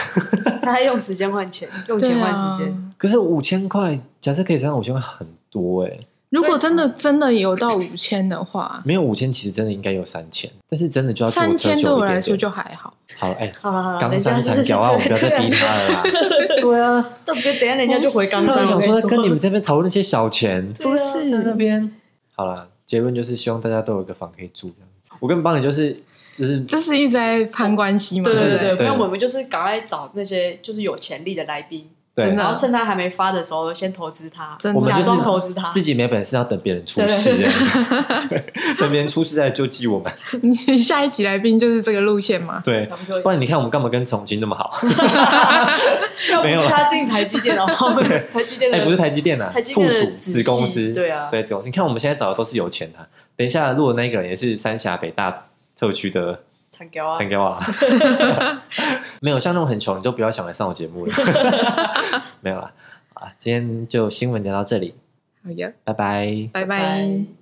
Speaker 1: 他还用时间换钱，用钱换时
Speaker 3: 对
Speaker 1: 间。
Speaker 3: 啊。
Speaker 2: 可是五千块，假设可以省到五千块，很多哎。
Speaker 3: 如果真的真的有到五千的话，
Speaker 2: 没有五千，其实真的应该有三千，但是真的就要坐车
Speaker 3: 三千对
Speaker 2: 久一
Speaker 3: 我
Speaker 2: 点
Speaker 3: 来说
Speaker 2: 点
Speaker 3: 就还好。
Speaker 2: 好哎。
Speaker 1: 好了好了，
Speaker 2: 冈
Speaker 1: 人
Speaker 2: 山
Speaker 1: 家
Speaker 2: 产
Speaker 1: 是
Speaker 2: 屌啊，我们不要再逼
Speaker 1: 对啊
Speaker 2: 他 了啦。对啊，
Speaker 1: 都不等一下人家就回冈
Speaker 2: 他
Speaker 1: 山。
Speaker 2: 们想
Speaker 1: 我
Speaker 2: 说
Speaker 1: 跟
Speaker 2: 跟你们
Speaker 1: 说
Speaker 2: 这边讨论那些小钱，
Speaker 1: 对啊
Speaker 3: 不
Speaker 2: 在
Speaker 3: 是
Speaker 2: 那边。好啦，结论就是希望大家都有一个房可以住这样子。我跟帮你就是就是
Speaker 3: 这是一直在攀关系嘛？
Speaker 1: 对
Speaker 3: 不
Speaker 1: 对
Speaker 2: 对
Speaker 1: 对，不然我们就是赶快找那些就是有潜力的来宾，
Speaker 2: 对
Speaker 3: 真，的
Speaker 1: 然后趁他还没发的时候先投资他，
Speaker 3: 真
Speaker 2: 我们
Speaker 1: 假
Speaker 2: 就
Speaker 1: 装投资
Speaker 2: 是
Speaker 1: 他
Speaker 2: 自。己没本事，要等别人出事
Speaker 1: 啊对
Speaker 2: 这样子。对，等别人出事再救济我们。
Speaker 3: 你下一集来宾就是这个路线吗？
Speaker 2: 对
Speaker 1: 差，不多也是
Speaker 2: 不然你看我们干嘛跟重庆那么好？
Speaker 1: 要不
Speaker 2: 没有
Speaker 1: 是
Speaker 2: 啊
Speaker 1: 他进台积电的 话，台积电
Speaker 2: 哎，
Speaker 1: 的
Speaker 2: 不是台积电啊
Speaker 1: 台，积
Speaker 2: 附
Speaker 1: 电的
Speaker 2: 属
Speaker 1: 子
Speaker 2: 子
Speaker 1: 系
Speaker 2: 公司。
Speaker 1: 对啊
Speaker 2: 对子公司。你看我们现在找的都是有钱的啊。等一下录的那个人也是三峡北大特区的
Speaker 1: 惨掉啊
Speaker 2: 很！给我啊，没有像那种很穷，你就不要想来上我节目了。没有啦，啊，今天就新闻聊到这里，
Speaker 3: 好呀，
Speaker 2: 拜拜。
Speaker 1: 拜
Speaker 3: 拜拜